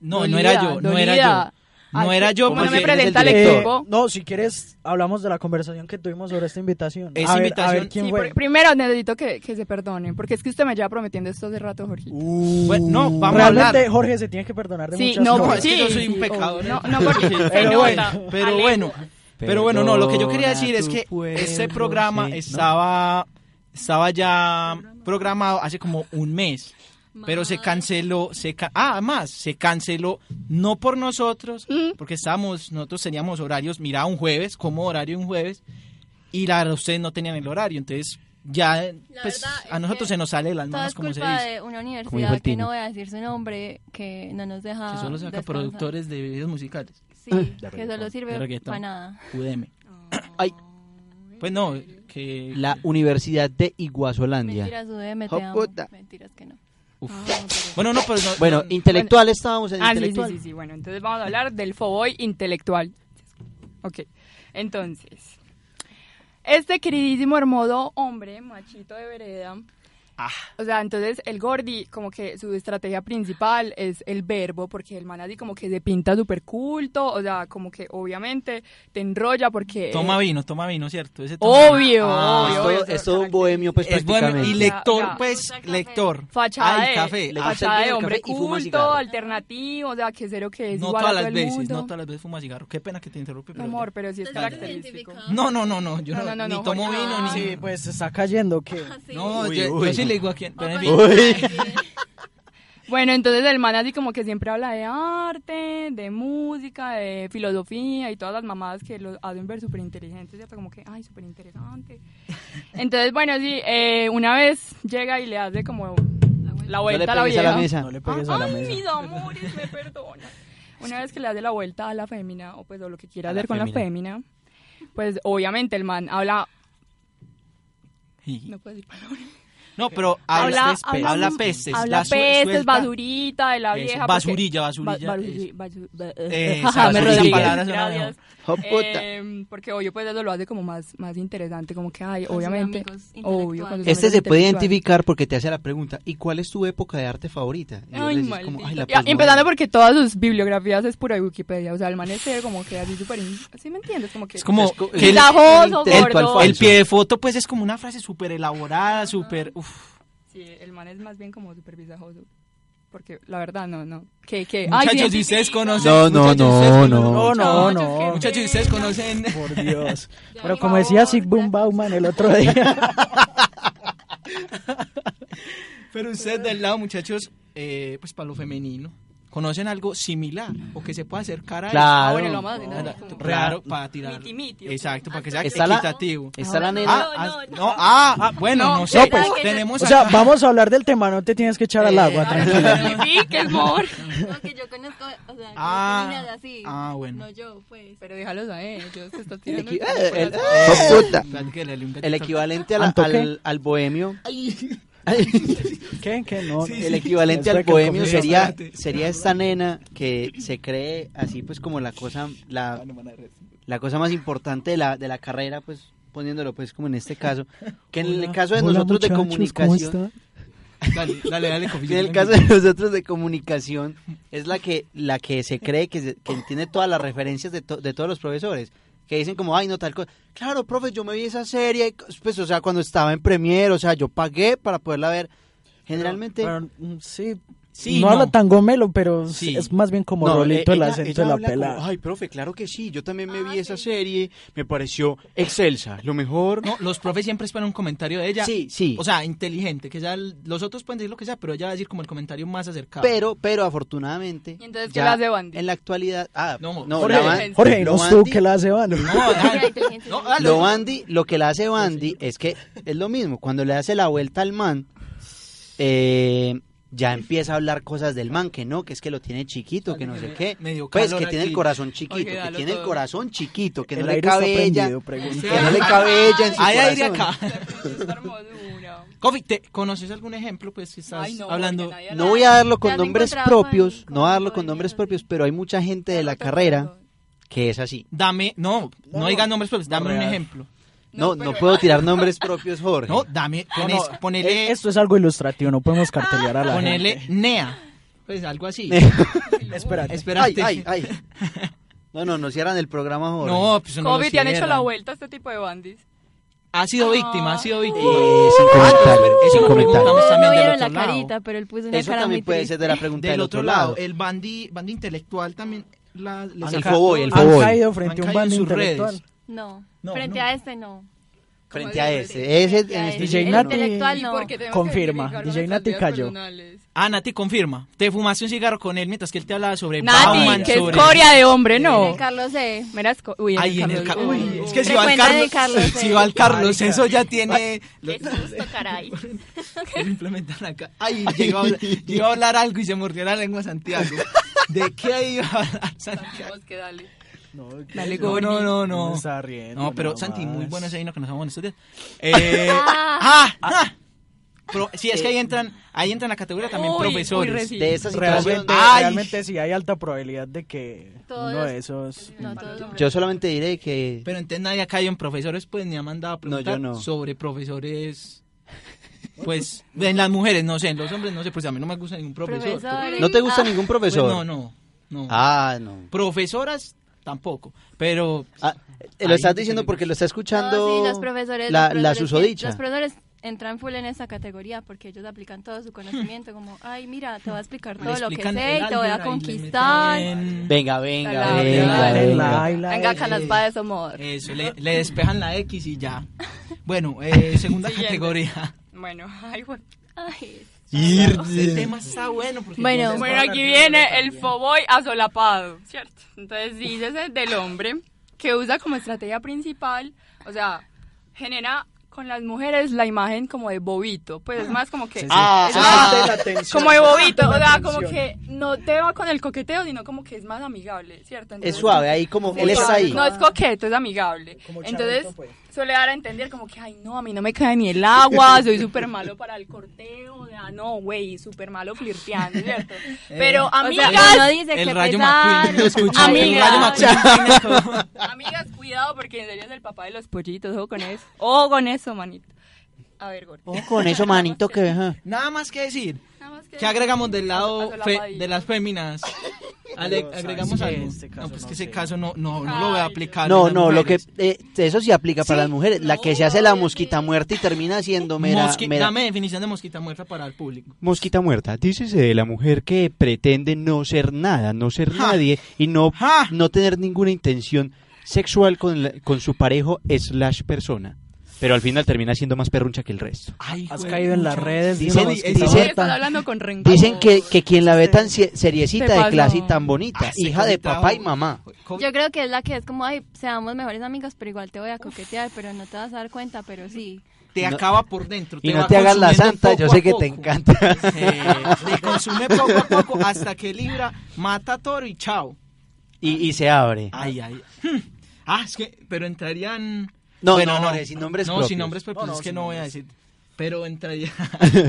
Speaker 2: No,
Speaker 8: Dolida,
Speaker 2: no era yo, no era
Speaker 8: dolida.
Speaker 2: yo. No
Speaker 8: Ay,
Speaker 2: era yo,
Speaker 8: ¿cómo no me
Speaker 2: porque-
Speaker 8: presenta al
Speaker 7: eres el
Speaker 5: Eh,
Speaker 8: equipo?
Speaker 5: no, si quieres, hablamos de la conversación que tuvimos sobre esta invitación.
Speaker 2: Esa
Speaker 5: a ver,
Speaker 2: invitación-
Speaker 5: a ver quién
Speaker 8: Sí,
Speaker 5: fue.
Speaker 8: pr- primero necesito que, que se perdonen, porque es que usted me lleva prometiendo esto hace rato, Jorge.
Speaker 2: Bueno, no, vamos a hablar.
Speaker 5: Realmente, Jorge se tiene que perdonar de
Speaker 8: Sí,
Speaker 5: muchas
Speaker 8: no,
Speaker 5: cosas.
Speaker 2: es que
Speaker 8: sí,
Speaker 2: yo soy
Speaker 8: sí,
Speaker 2: un pecador.
Speaker 8: obvio. No, no, porque se
Speaker 2: pero bueno,
Speaker 8: nota.
Speaker 2: pero
Speaker 8: Alejo.
Speaker 2: bueno, pero bueno, no, lo que yo quería
Speaker 9: Perdona
Speaker 2: decir es
Speaker 9: tu
Speaker 2: que
Speaker 9: pueblo,
Speaker 2: ese programa
Speaker 9: sí, ¿no?
Speaker 2: estaba estaba ya programado hace como un mes, pero se canceló, se ca- ah, más, se canceló no por nosotros, porque estábamos nosotros teníamos horarios, mira, un jueves, como horario un jueves y la verdad ustedes no tenían el horario, entonces ya pues,
Speaker 4: verdad
Speaker 2: a
Speaker 4: es
Speaker 2: nosotros
Speaker 4: que
Speaker 2: se nos sale de las
Speaker 4: Todo
Speaker 2: manos
Speaker 4: es
Speaker 2: como se
Speaker 4: culpa
Speaker 2: dice.
Speaker 4: de una
Speaker 9: Como dijo
Speaker 4: universidad
Speaker 9: el
Speaker 4: que
Speaker 9: Tino.
Speaker 4: no voy a decir su nombre, que no nos deja.
Speaker 2: Que solo saca
Speaker 4: ah, descansar.
Speaker 2: productores de videos musicales,
Speaker 4: Sí, que solo
Speaker 2: de
Speaker 4: sirve
Speaker 2: reggaetón.
Speaker 4: para nada.
Speaker 2: UDM.
Speaker 7: Ay,
Speaker 2: Pues no, que
Speaker 7: la Universidad de Iguazolandia.
Speaker 4: Mentiras, UDM,
Speaker 7: Oh,
Speaker 4: te amo.
Speaker 7: puta.
Speaker 4: Mentiras que no.
Speaker 2: bueno, no, pero no-
Speaker 7: Bueno,
Speaker 2: no-
Speaker 7: intelectual estábamos en
Speaker 8: Ah, sí, sí,
Speaker 7: intelectual.
Speaker 8: sí, sí. Bueno, entonces vamos a hablar del Foboy intelectual. Ok, entonces. Este queridísimo, hermoso hombre, machito de vereda.
Speaker 2: Ah.
Speaker 8: O sea, entonces el Gordi, como que su estrategia principal es el verbo, porque el man así como que se pinta súper culto, o sea, como que obviamente te enrolla porque...
Speaker 2: Toma vino, toma vino, ¿cierto? Ese toma
Speaker 8: Obvio,
Speaker 2: Ah,
Speaker 7: Es
Speaker 8: obvio,
Speaker 7: todo-
Speaker 8: obvio,
Speaker 7: Es todo un bohemio, pues
Speaker 2: Es bueno,
Speaker 7: prácticamente.
Speaker 2: y
Speaker 8: Ya,
Speaker 2: lector,
Speaker 8: ya.
Speaker 2: pues, lector.
Speaker 8: Fachada,
Speaker 2: Ay,
Speaker 8: de,
Speaker 2: café.
Speaker 7: Le
Speaker 2: Ah,
Speaker 7: gusta
Speaker 8: fachada
Speaker 7: el
Speaker 8: de
Speaker 7: vino, el
Speaker 8: hombre
Speaker 7: café y fuma
Speaker 8: culto,
Speaker 7: cigarro.
Speaker 8: alternativo, o sea, que cero que es
Speaker 2: no
Speaker 8: igual a
Speaker 2: todas
Speaker 8: todo
Speaker 2: las
Speaker 8: el
Speaker 2: veces,
Speaker 8: mundo.
Speaker 2: no todas las veces fuma cigarro. Qué pena que te interrumpí,
Speaker 8: Mi
Speaker 2: pero...
Speaker 8: amor, pero sí es característico.
Speaker 2: No, no, no, no, yo
Speaker 8: No,
Speaker 2: no,
Speaker 8: no, no, no,
Speaker 2: ni tomo
Speaker 8: Jorge.
Speaker 2: vino, ni...
Speaker 5: Sí, pues se está cayendo que
Speaker 2: No,
Speaker 7: Uy,
Speaker 2: yo,
Speaker 7: uy.
Speaker 2: yo sí le digo a quien... pero en fin.
Speaker 8: Bueno, entonces el man así como que siempre habla de arte, de música, de filosofía y todas las mamadas que lo hacen ver súper inteligente, ¿cierto? Como que, ay, súper interesante. Entonces, bueno, sí, eh, una vez llega y le hace como la
Speaker 7: No le
Speaker 8: vuelta a la
Speaker 7: pegues a
Speaker 8: vieja.
Speaker 7: la mesa.
Speaker 5: no le pegues a la
Speaker 8: ay,
Speaker 5: mesa.
Speaker 8: mis amores, me perdona. Una vez que le hace la vuelta a la fémina, o pues o lo que quiera
Speaker 7: A la
Speaker 8: hacer con la fémina, pues obviamente el man habla,
Speaker 2: Sí.
Speaker 8: no puedo decir palabras.
Speaker 2: No, pero habla, pestes,
Speaker 8: habla,
Speaker 2: habla, pestes.
Speaker 8: Habla
Speaker 2: la su-
Speaker 8: pestes,
Speaker 2: suelta-
Speaker 8: basurita de la
Speaker 2: Eso,
Speaker 8: vieja. porque-
Speaker 2: basurilla, basurilla,
Speaker 8: Ba-
Speaker 2: eso.
Speaker 8: barulli- basu- ba- [laughs]
Speaker 2: Eh,
Speaker 8: Jaja,
Speaker 2: esa-
Speaker 8: me
Speaker 2: esa
Speaker 8: Rodríguez,
Speaker 2: palabra suena
Speaker 8: gracias.
Speaker 7: Oh, puta.
Speaker 8: Eh, porque obvio pues eso lo hace como más, más interesante, como que ay,
Speaker 4: Con sus
Speaker 8: obviamente.
Speaker 4: amigos
Speaker 8: Obvio, con sus
Speaker 4: intelectuales.
Speaker 7: Este se
Speaker 8: amigos
Speaker 7: puede
Speaker 8: intelectuales.
Speaker 7: identificar porque te hace la pregunta, ¿y cuál es tu época de arte favorita? Y vos
Speaker 8: Ay,
Speaker 7: le decís como, "Ay, la
Speaker 8: maldito. Y- Empezando
Speaker 7: posmoderna".
Speaker 8: porque todas sus bibliografías es pura Wikipedia, o sea, el man es cero como que así súper, in- ¿sí me entiendes? Como que pues,
Speaker 2: Es como...
Speaker 7: Es co-
Speaker 2: que el,
Speaker 8: Pizajoso,
Speaker 7: el intelectual
Speaker 8: gordo.
Speaker 2: el
Speaker 7: falso.
Speaker 2: pie de foto, pues, es como una frase súper elaborada, súper...
Speaker 8: Ah.
Speaker 2: Uf.
Speaker 8: Sí, el man es más bien como súper visajoso. Porque la verdad no, no. Que que ay,
Speaker 2: Muchachos, si
Speaker 8: identifica.
Speaker 2: ustedes conocen...
Speaker 7: No, no,
Speaker 2: muchachos,
Speaker 7: no,
Speaker 2: ustedes conocen-
Speaker 7: no.
Speaker 5: No, no, no.
Speaker 8: Muchachos,
Speaker 2: Muchachos, si ustedes conocen...
Speaker 5: Por [laughs] Dios. Pero como decía Sigmund Bauman el otro [laughs] día,
Speaker 2: Pero ustedes del lado, muchachos, eh, pues para lo femenino, ¿conocen algo similar o que se pueda acercar a
Speaker 8: Ah,
Speaker 7: Claro.
Speaker 8: bueno, lo más
Speaker 2: eso?
Speaker 8: así como-
Speaker 2: Raro para tirar.
Speaker 8: Mitimiti, ok.
Speaker 2: Exacto, para que sea
Speaker 7: Ah, Está la-
Speaker 2: equitativo.
Speaker 7: Está la nena.
Speaker 2: Ah, ah, no, ah, ah, bueno, no, sé,
Speaker 5: no, pues,
Speaker 2: pues, tenemos
Speaker 5: o sea,
Speaker 2: acá-
Speaker 5: vamos a hablar Eh, del tema, no te tienes que echar al agua, [laughs] tranquilo.
Speaker 8: Sí, que es mejor.
Speaker 4: No, que yo conozco, o sea,
Speaker 2: Ah,
Speaker 4: que niñas así.
Speaker 2: ah, bueno.
Speaker 4: No yo,
Speaker 2: [laughs]
Speaker 4: pues.
Speaker 8: [laughs]
Speaker 4: [laughs]
Speaker 8: Pero déjalos a ellos, te estás
Speaker 7: El,
Speaker 8: tirando.
Speaker 7: equi-
Speaker 8: el
Speaker 7: eh,
Speaker 8: culo
Speaker 7: el-
Speaker 8: por
Speaker 7: eh, oh, puta.
Speaker 2: Espérate que le dale un gatito.
Speaker 7: El equivalente a la-
Speaker 5: ¿Anto qué?
Speaker 7: al, al bohemio.
Speaker 5: ¿Qué? ¿Qué? No.
Speaker 7: El equivalente al
Speaker 5: Espera que
Speaker 7: bohemio
Speaker 5: comience.
Speaker 7: sería, sería esta nena que se cree así pues como la cosa la, la cosa más importante de la, de la carrera pues poniéndolo pues como en este caso que en el
Speaker 5: Hola,
Speaker 7: caso de
Speaker 5: hola,
Speaker 7: nosotros de
Speaker 5: muchachos, ¿cómo
Speaker 7: comunicación
Speaker 5: están?
Speaker 2: Dale, dale, dale,
Speaker 7: En el caso de nosotros de comunicación, es la que, la que se cree que, se- que tiene todas las referencias de, to- de todos los profesores. Que dicen como, ay, no, tal cosa. Claro, profe, yo me vi esa serie, pues, o sea, cuando estaba en Premiere, o sea, yo pagué para poderla ver. Generalmente...
Speaker 5: Pero, mm, sí.
Speaker 2: Sí,
Speaker 5: no,
Speaker 2: no.
Speaker 5: habla tan gomelo, pero es-
Speaker 2: Sí.
Speaker 5: es más bien como
Speaker 7: No,
Speaker 5: rolito
Speaker 7: eh,
Speaker 5: el
Speaker 7: ella-
Speaker 5: acento
Speaker 7: ella
Speaker 5: de la
Speaker 7: habla como,
Speaker 5: pelada.
Speaker 7: Ay, profe, claro que sí, yo también
Speaker 8: Ah,
Speaker 7: me vi esa serie, me pareció excelsa, lo mejor...
Speaker 8: [laughs]
Speaker 2: No, los profes siempre esperan un comentario de ella.
Speaker 7: Sí, sí.
Speaker 2: O sea, inteligente, que ya los otros pueden decir lo que sea, pero ella va a decir como el comentario más acercado.
Speaker 7: Pero, pero afortunadamente...
Speaker 8: ¿Y entonces
Speaker 7: ya
Speaker 8: qué la hace Bandy?
Speaker 7: En la actualidad... Ah,
Speaker 2: No,
Speaker 7: no,
Speaker 2: Jorge,
Speaker 7: la Ban-
Speaker 5: Jorge,
Speaker 7: lo
Speaker 5: no tú
Speaker 7: Bandy-
Speaker 5: que la hace van.
Speaker 2: No, dale. No, ah, dale.
Speaker 7: Lo Bandy, lo que le hace Bandy es que es lo mismo, cuando le hace la vuelta al man, eh, ya empieza a hablar cosas del man, que no, que es que lo tiene chiquito, que no
Speaker 2: Me-
Speaker 7: sé qué.
Speaker 2: me dio
Speaker 7: Pues
Speaker 2: calor
Speaker 7: que tiene el
Speaker 2: aquí.
Speaker 7: corazón chiquito,
Speaker 2: Oiga,
Speaker 7: que
Speaker 2: lo
Speaker 7: tiene el
Speaker 2: todo.
Speaker 7: corazón chiquito, que no
Speaker 5: El
Speaker 7: le
Speaker 5: aire está
Speaker 7: cabe ella.
Speaker 5: prendido, pregunta.
Speaker 7: Que no le cabe ella en su
Speaker 2: Hay aire
Speaker 7: corazón.
Speaker 2: acá.
Speaker 7: eh.
Speaker 8: Esta hermosura.
Speaker 2: Coffee, ¿te conoces algún ejemplo? Pues que estás
Speaker 8: Ay, no,
Speaker 2: hablando.
Speaker 8: porque nadie
Speaker 7: No
Speaker 8: la-
Speaker 7: voy a darlo
Speaker 4: Ya
Speaker 7: con
Speaker 4: lo he
Speaker 7: nombres
Speaker 4: encontrado
Speaker 7: propios,
Speaker 4: con- con
Speaker 7: no voy a darlo con
Speaker 4: compañeros,
Speaker 7: nombres
Speaker 4: sí.
Speaker 7: propios, pero hay mucha gente de la
Speaker 4: Otro
Speaker 7: carrera
Speaker 4: mundo.
Speaker 7: que es así.
Speaker 2: Dame, no, no,
Speaker 5: No,
Speaker 2: digas nombres propios, dame un
Speaker 5: real.
Speaker 2: ejemplo.
Speaker 7: No,
Speaker 8: pero-
Speaker 7: no puedo tirar nombres propios, Jorge.
Speaker 2: No, dame, pones, ponele,
Speaker 5: Eh, Esto es algo ilustrativo, no podemos cartelear a la
Speaker 2: ponele
Speaker 5: gente.
Speaker 2: Nea. Pues algo así.
Speaker 5: Espérate.
Speaker 7: ay,
Speaker 2: Espérate.
Speaker 7: ay, ay. No, no, no cierran
Speaker 2: [laughs]
Speaker 7: el programa, Jorge.
Speaker 2: No, pues no. lo
Speaker 8: Kobe, te han hecho
Speaker 2: cierran.
Speaker 8: la vuelta este tipo de bandis.
Speaker 2: Ha sido víctima, ha sido víctima. Ah, pues,
Speaker 7: Eh, sin comentario,
Speaker 2: Eso
Speaker 7: sin
Speaker 2: lo
Speaker 7: comentario.
Speaker 2: preguntamos
Speaker 4: Ustedes no
Speaker 2: también del
Speaker 4: vieron
Speaker 2: otro
Speaker 4: la
Speaker 2: lado.
Speaker 4: carita, pero él puso una
Speaker 7: Eso
Speaker 4: cara muy
Speaker 7: también puede
Speaker 4: triste.
Speaker 7: ser de la pregunta del,
Speaker 2: Del otro lado, el bandi, bandi intelectual también. La, les
Speaker 7: El
Speaker 2: ca-
Speaker 7: foboy, el
Speaker 5: Han
Speaker 7: foboy.
Speaker 5: caído
Speaker 2: Han
Speaker 5: frente a un
Speaker 2: caído
Speaker 5: bando
Speaker 2: en sus
Speaker 5: intelectual.
Speaker 2: redes.
Speaker 4: No,
Speaker 2: No,
Speaker 4: frente
Speaker 2: no.
Speaker 4: a este no.
Speaker 7: Frente a ese. Ese, en
Speaker 4: Ya,
Speaker 7: este
Speaker 5: DJ
Speaker 4: el
Speaker 5: Nati.
Speaker 4: intelectual
Speaker 8: ¿Y
Speaker 4: no.
Speaker 8: por qué tenemos que
Speaker 5: Confirma, DJ
Speaker 8: criticar nuestras
Speaker 5: Nati
Speaker 8: vidas
Speaker 5: cayó.
Speaker 8: personales?
Speaker 2: Ah, Nati, confirma. Te fumaste un cigarro con él mientras que él te hablaba sobre Bauman,
Speaker 8: Nati, que
Speaker 2: sobre...
Speaker 8: escoria de hombre,
Speaker 4: En
Speaker 8: no.
Speaker 4: el Carlos E.
Speaker 8: Mira, esco- uy, en
Speaker 2: Ahí en el
Speaker 8: Carlos.
Speaker 2: Carlos.
Speaker 8: Uy,
Speaker 2: Es que si
Speaker 4: Te
Speaker 2: va el
Speaker 4: cuentan
Speaker 2: Carlos,
Speaker 4: el Carlos,
Speaker 2: si
Speaker 4: eh.
Speaker 2: va el Carlos, eso ya tiene. Lo, [laughs]
Speaker 4: Qué susto, caray.
Speaker 2: lo implementan acá. Ay, llegó a, hablar, llegó a hablar algo y se mordió la lengua Santiago. ¿De qué iba a hablar Santiago?
Speaker 8: Vamos, que dale.
Speaker 5: No,
Speaker 2: Dale, Gorni. No, no, no.
Speaker 5: Me está riendo,
Speaker 2: No, pero
Speaker 5: nada
Speaker 2: Santi,
Speaker 5: más.
Speaker 2: muy bueno ese vino que nos vamos en estos días. Eh, ah, ah. Pro- sí, es que ahí entran, ahí entran la categoría también
Speaker 8: Uy, uy,
Speaker 2: profesores.
Speaker 8: recién.
Speaker 7: de esa situación.
Speaker 5: Realmente,
Speaker 2: Ay.
Speaker 5: realmente sí hay alta probabilidad de que
Speaker 4: Todos-
Speaker 5: uno de esos...
Speaker 4: No, todos hombres.
Speaker 7: Yo solamente diré que
Speaker 2: Pero entonces nadie acá hay en profesores, pues ni ha mandado a preguntar
Speaker 7: No, yo no.
Speaker 2: sobre profesores. Pues en las mujeres, no sé, en los hombres no sé, pues a mí no me gusta ningún profesor.
Speaker 4: Profesores.
Speaker 7: no te gusta
Speaker 4: Ah,
Speaker 7: ningún
Speaker 2: Pues,
Speaker 7: profesor.
Speaker 2: no, no, no.
Speaker 7: Ah, no.
Speaker 2: Profesoras tampoco, pero
Speaker 7: Ah, eh,
Speaker 2: Ahí
Speaker 7: lo estás
Speaker 2: no te
Speaker 7: diciendo
Speaker 2: gusta.
Speaker 7: porque lo está
Speaker 4: no,
Speaker 7: escuchando
Speaker 4: sí, los profesores,
Speaker 7: la,
Speaker 4: los
Speaker 7: la
Speaker 4: profesores-
Speaker 7: susodicha.
Speaker 4: Los profesores entran full en esa categoría porque ellos aplican todo su conocimiento, como, ay, mira, te voy a explicar
Speaker 2: le
Speaker 4: todo lo que
Speaker 2: explican
Speaker 4: sé
Speaker 2: el
Speaker 4: y te voy a
Speaker 2: álgebra y le
Speaker 4: conquistar.
Speaker 2: meten-
Speaker 7: Venga, venga,
Speaker 8: La- la-
Speaker 7: venga,
Speaker 8: la-
Speaker 5: Dale
Speaker 7: venga.
Speaker 5: like, like.
Speaker 8: Venga, calaspa de su amor.
Speaker 2: Eso, le, le despejan la X y ya. Bueno, eh,
Speaker 4: [laughs]
Speaker 2: segunda
Speaker 8: Siguiente.
Speaker 2: categoría.
Speaker 8: Bueno, [laughs] ay, bueno.
Speaker 4: Ay,
Speaker 2: Este tema está bueno porque
Speaker 4: Bueno.
Speaker 2: entonces-
Speaker 8: Bueno, aquí viene el foboy asolapado, ¿cierto? Entonces dices del hombre que usa como estrategia principal, o sea, genera con las mujeres la imagen como de bobito, pues es más como que...
Speaker 7: Ah,
Speaker 8: es
Speaker 7: ah,
Speaker 8: más-
Speaker 5: la atención,
Speaker 8: como de bobito, o sea,
Speaker 5: atención.
Speaker 8: como que no te va con el coqueteo, sino como que es más amigable, ¿cierto?
Speaker 7: es
Speaker 8: Entonces,
Speaker 7: suave, ahí como él está ahí.
Speaker 8: no es coqueto, es amigable.
Speaker 5: Como charrito,
Speaker 8: Entonces,
Speaker 5: pues.
Speaker 8: suele dar a entender como que, ay, no, a mí no me cae ni el agua, soy súper malo para el corteo, de, ah, no, güey, súper malo
Speaker 4: [laughs]
Speaker 8: flirteando, ¿cierto? Pero, amigas,
Speaker 4: Eh. no dice
Speaker 2: el
Speaker 4: que
Speaker 2: rayo
Speaker 4: pesar,
Speaker 2: McQueen, lo
Speaker 8: [laughs]
Speaker 2: escuché,
Speaker 8: amiga.
Speaker 2: el rayo McQueen tiene como-
Speaker 8: [laughs] amigas, cuidado, porque en serio es el papá de los pollitos, ojo con eso, ojo con eso, manito. A ver, gordo.
Speaker 7: con eso, manito,
Speaker 2: ah?
Speaker 7: que... ajá.
Speaker 2: Nada más que decir.
Speaker 8: Nada más que-
Speaker 2: ¿Qué agregamos del lado
Speaker 8: Hazlo la
Speaker 2: fe-
Speaker 8: padilla.
Speaker 2: de las
Speaker 5: [laughs]
Speaker 2: féminas? Ale- agregamos
Speaker 5: Sí,
Speaker 2: algo.
Speaker 5: este caso
Speaker 2: no, pues que
Speaker 5: no
Speaker 2: ese
Speaker 5: sé.
Speaker 2: caso no, no, no lo voy a
Speaker 8: Ay,
Speaker 2: aplicar.
Speaker 7: No,
Speaker 2: en las
Speaker 7: no, lo que
Speaker 2: mujeres.
Speaker 7: eh, eso sí aplica para las mujeres. la que se hace la mosquita muerta y termina siendo mera,
Speaker 2: Mosqui-
Speaker 7: mera-
Speaker 2: Dame definición de mosquita muerta para el público.
Speaker 6: Mosquita muerta, dícese de la mujer que pretende no ser nada, no ser
Speaker 2: Ja.
Speaker 6: nadie y no,
Speaker 2: Ja.
Speaker 6: no tener ninguna intención sexual con, la- con su parejo slash persona. Pero al final termina siendo más perruncha que el resto.
Speaker 2: Ay,
Speaker 5: Has
Speaker 2: jue-
Speaker 5: caído en las redes.
Speaker 7: Dicen-
Speaker 5: digamos, que está
Speaker 7: dicen-
Speaker 8: Oye,
Speaker 7: Dicen-
Speaker 8: estás
Speaker 5: muerta.
Speaker 8: hablando con rencor.
Speaker 7: Dicen que, que quien la ve tan sie-
Speaker 8: Te
Speaker 7: seriecita de
Speaker 8: pasó.
Speaker 7: clase y tan bonita,
Speaker 2: Ese
Speaker 7: hija de
Speaker 2: comentado-
Speaker 7: papá y mamá.
Speaker 2: Co-
Speaker 4: Yo creo que es la que es como, ay, seamos mejores amigos, pero igual te voy a coquetear, pero no te vas a dar cuenta, pero sí.
Speaker 2: Te
Speaker 7: No-
Speaker 2: acaba por dentro.
Speaker 7: Y no
Speaker 2: va
Speaker 7: te hagas la
Speaker 2: consumiendo
Speaker 7: santa,
Speaker 2: poco
Speaker 7: yo
Speaker 2: a
Speaker 7: sé que te
Speaker 2: poco.
Speaker 7: encanta.
Speaker 2: Eh, te consume poco a poco hasta que Libra mata a Toro y chao.
Speaker 7: Y, y se abre.
Speaker 2: Ay, ay. Hmm. Ah, es que, pero entrarían.
Speaker 7: No, no, no, sin nombres
Speaker 2: No,
Speaker 7: propios.
Speaker 2: sin nombres propios,
Speaker 5: No, no,
Speaker 2: es que
Speaker 5: sin
Speaker 2: no voy a decir. Pero entraría.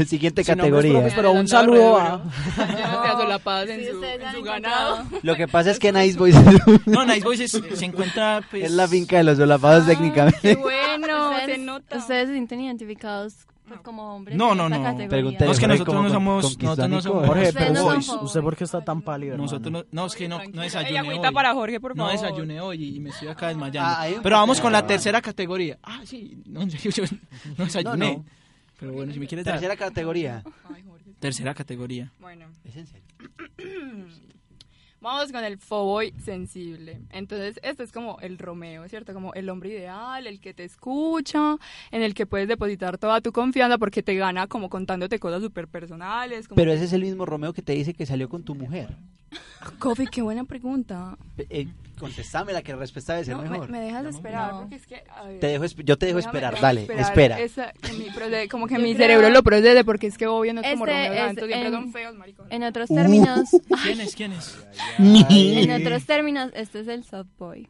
Speaker 7: [laughs] Siguiente
Speaker 5: Sin nombres propios,
Speaker 7: categoría.
Speaker 5: Pero un
Speaker 8: Anda
Speaker 5: saludo
Speaker 8: re
Speaker 2: [laughs]
Speaker 5: a-
Speaker 8: duro. Ya se asolapadas en
Speaker 4: Sí,
Speaker 8: su,
Speaker 4: ustedes
Speaker 8: en
Speaker 4: han
Speaker 8: su
Speaker 4: encontrado.
Speaker 8: ganado.
Speaker 7: [laughs] Lo que pasa es que
Speaker 6: Pues,
Speaker 7: Nice Boys [laughs]
Speaker 2: No, Nice Boys es- se encuentra. Pues,
Speaker 7: es la finca de los solapados
Speaker 6: ah,
Speaker 8: Qué
Speaker 7: técnicamente.
Speaker 8: [laughs] bueno, se nota.
Speaker 4: Ustedes se sienten identificados pues, como hombres.
Speaker 2: No,
Speaker 4: en
Speaker 2: no,
Speaker 4: esta
Speaker 2: no.
Speaker 4: categoría.
Speaker 7: Pregúntale,
Speaker 2: No, es que
Speaker 7: Jorge,
Speaker 2: nosotros
Speaker 7: ¿cómo
Speaker 2: no
Speaker 7: con-
Speaker 2: somos. Nosotros
Speaker 7: conquistó
Speaker 2: no
Speaker 7: a Nico?
Speaker 2: somos.
Speaker 5: Jorge,
Speaker 4: Ustedes
Speaker 5: pero
Speaker 4: no son
Speaker 5: boys,
Speaker 4: pobres.
Speaker 5: ¿usted por qué está tan pálido, hermano?
Speaker 2: Nosotros no, no, es que no, no
Speaker 8: Ay,
Speaker 2: desayuné
Speaker 8: agüita
Speaker 2: hoy.
Speaker 8: para Jorge, por
Speaker 2: No
Speaker 8: favor.
Speaker 2: desayuné hoy y me estoy acá desmayando.
Speaker 7: Ah, hay un
Speaker 2: pero vamos
Speaker 7: poco
Speaker 2: con la
Speaker 7: de-
Speaker 2: tercera categoría. Ah, sí, no, yo, yo no desayuné.
Speaker 7: [laughs] no.
Speaker 2: Pero bueno, si me quieres dar.
Speaker 7: Tercera categoría.
Speaker 8: Ay, Jorge.
Speaker 2: Tercera categoría.
Speaker 8: Bueno,
Speaker 7: ¿Es en serio?
Speaker 8: vamos con el foboy sensible. Entonces, este es como el Romeo, ¿cierto? Como el hombre ideal, el que te escucha, en el que puedes depositar toda tu confianza porque te gana como contándote cosas súper personales. Como...
Speaker 7: Pero ese es el mismo Romeo que te dice que salió con tu mujer.
Speaker 8: Kofi, qué buena pregunta.
Speaker 7: Eh, Contestame la que la respuesta debe ser
Speaker 8: No, me,
Speaker 7: mejor.
Speaker 8: me dejas esperar,
Speaker 4: No.
Speaker 8: porque es que... a ver,
Speaker 7: Te dejo, esp- yo te dejo
Speaker 8: déjame-
Speaker 7: esperar,
Speaker 8: déjame
Speaker 7: dale, espera. [laughs]
Speaker 8: esperar esa- que mi proce- como que
Speaker 4: Yo
Speaker 8: mi
Speaker 4: creo-
Speaker 8: cerebro lo procese, porque es que obvio no es como
Speaker 4: Este
Speaker 8: Romeo
Speaker 4: es
Speaker 8: Santos, siempre
Speaker 4: en-
Speaker 8: son feos, maricones.
Speaker 4: En otros términos,
Speaker 2: ¿Quién es? ¿Quién es?
Speaker 4: [laughs] en otros términos, este es el soft boy.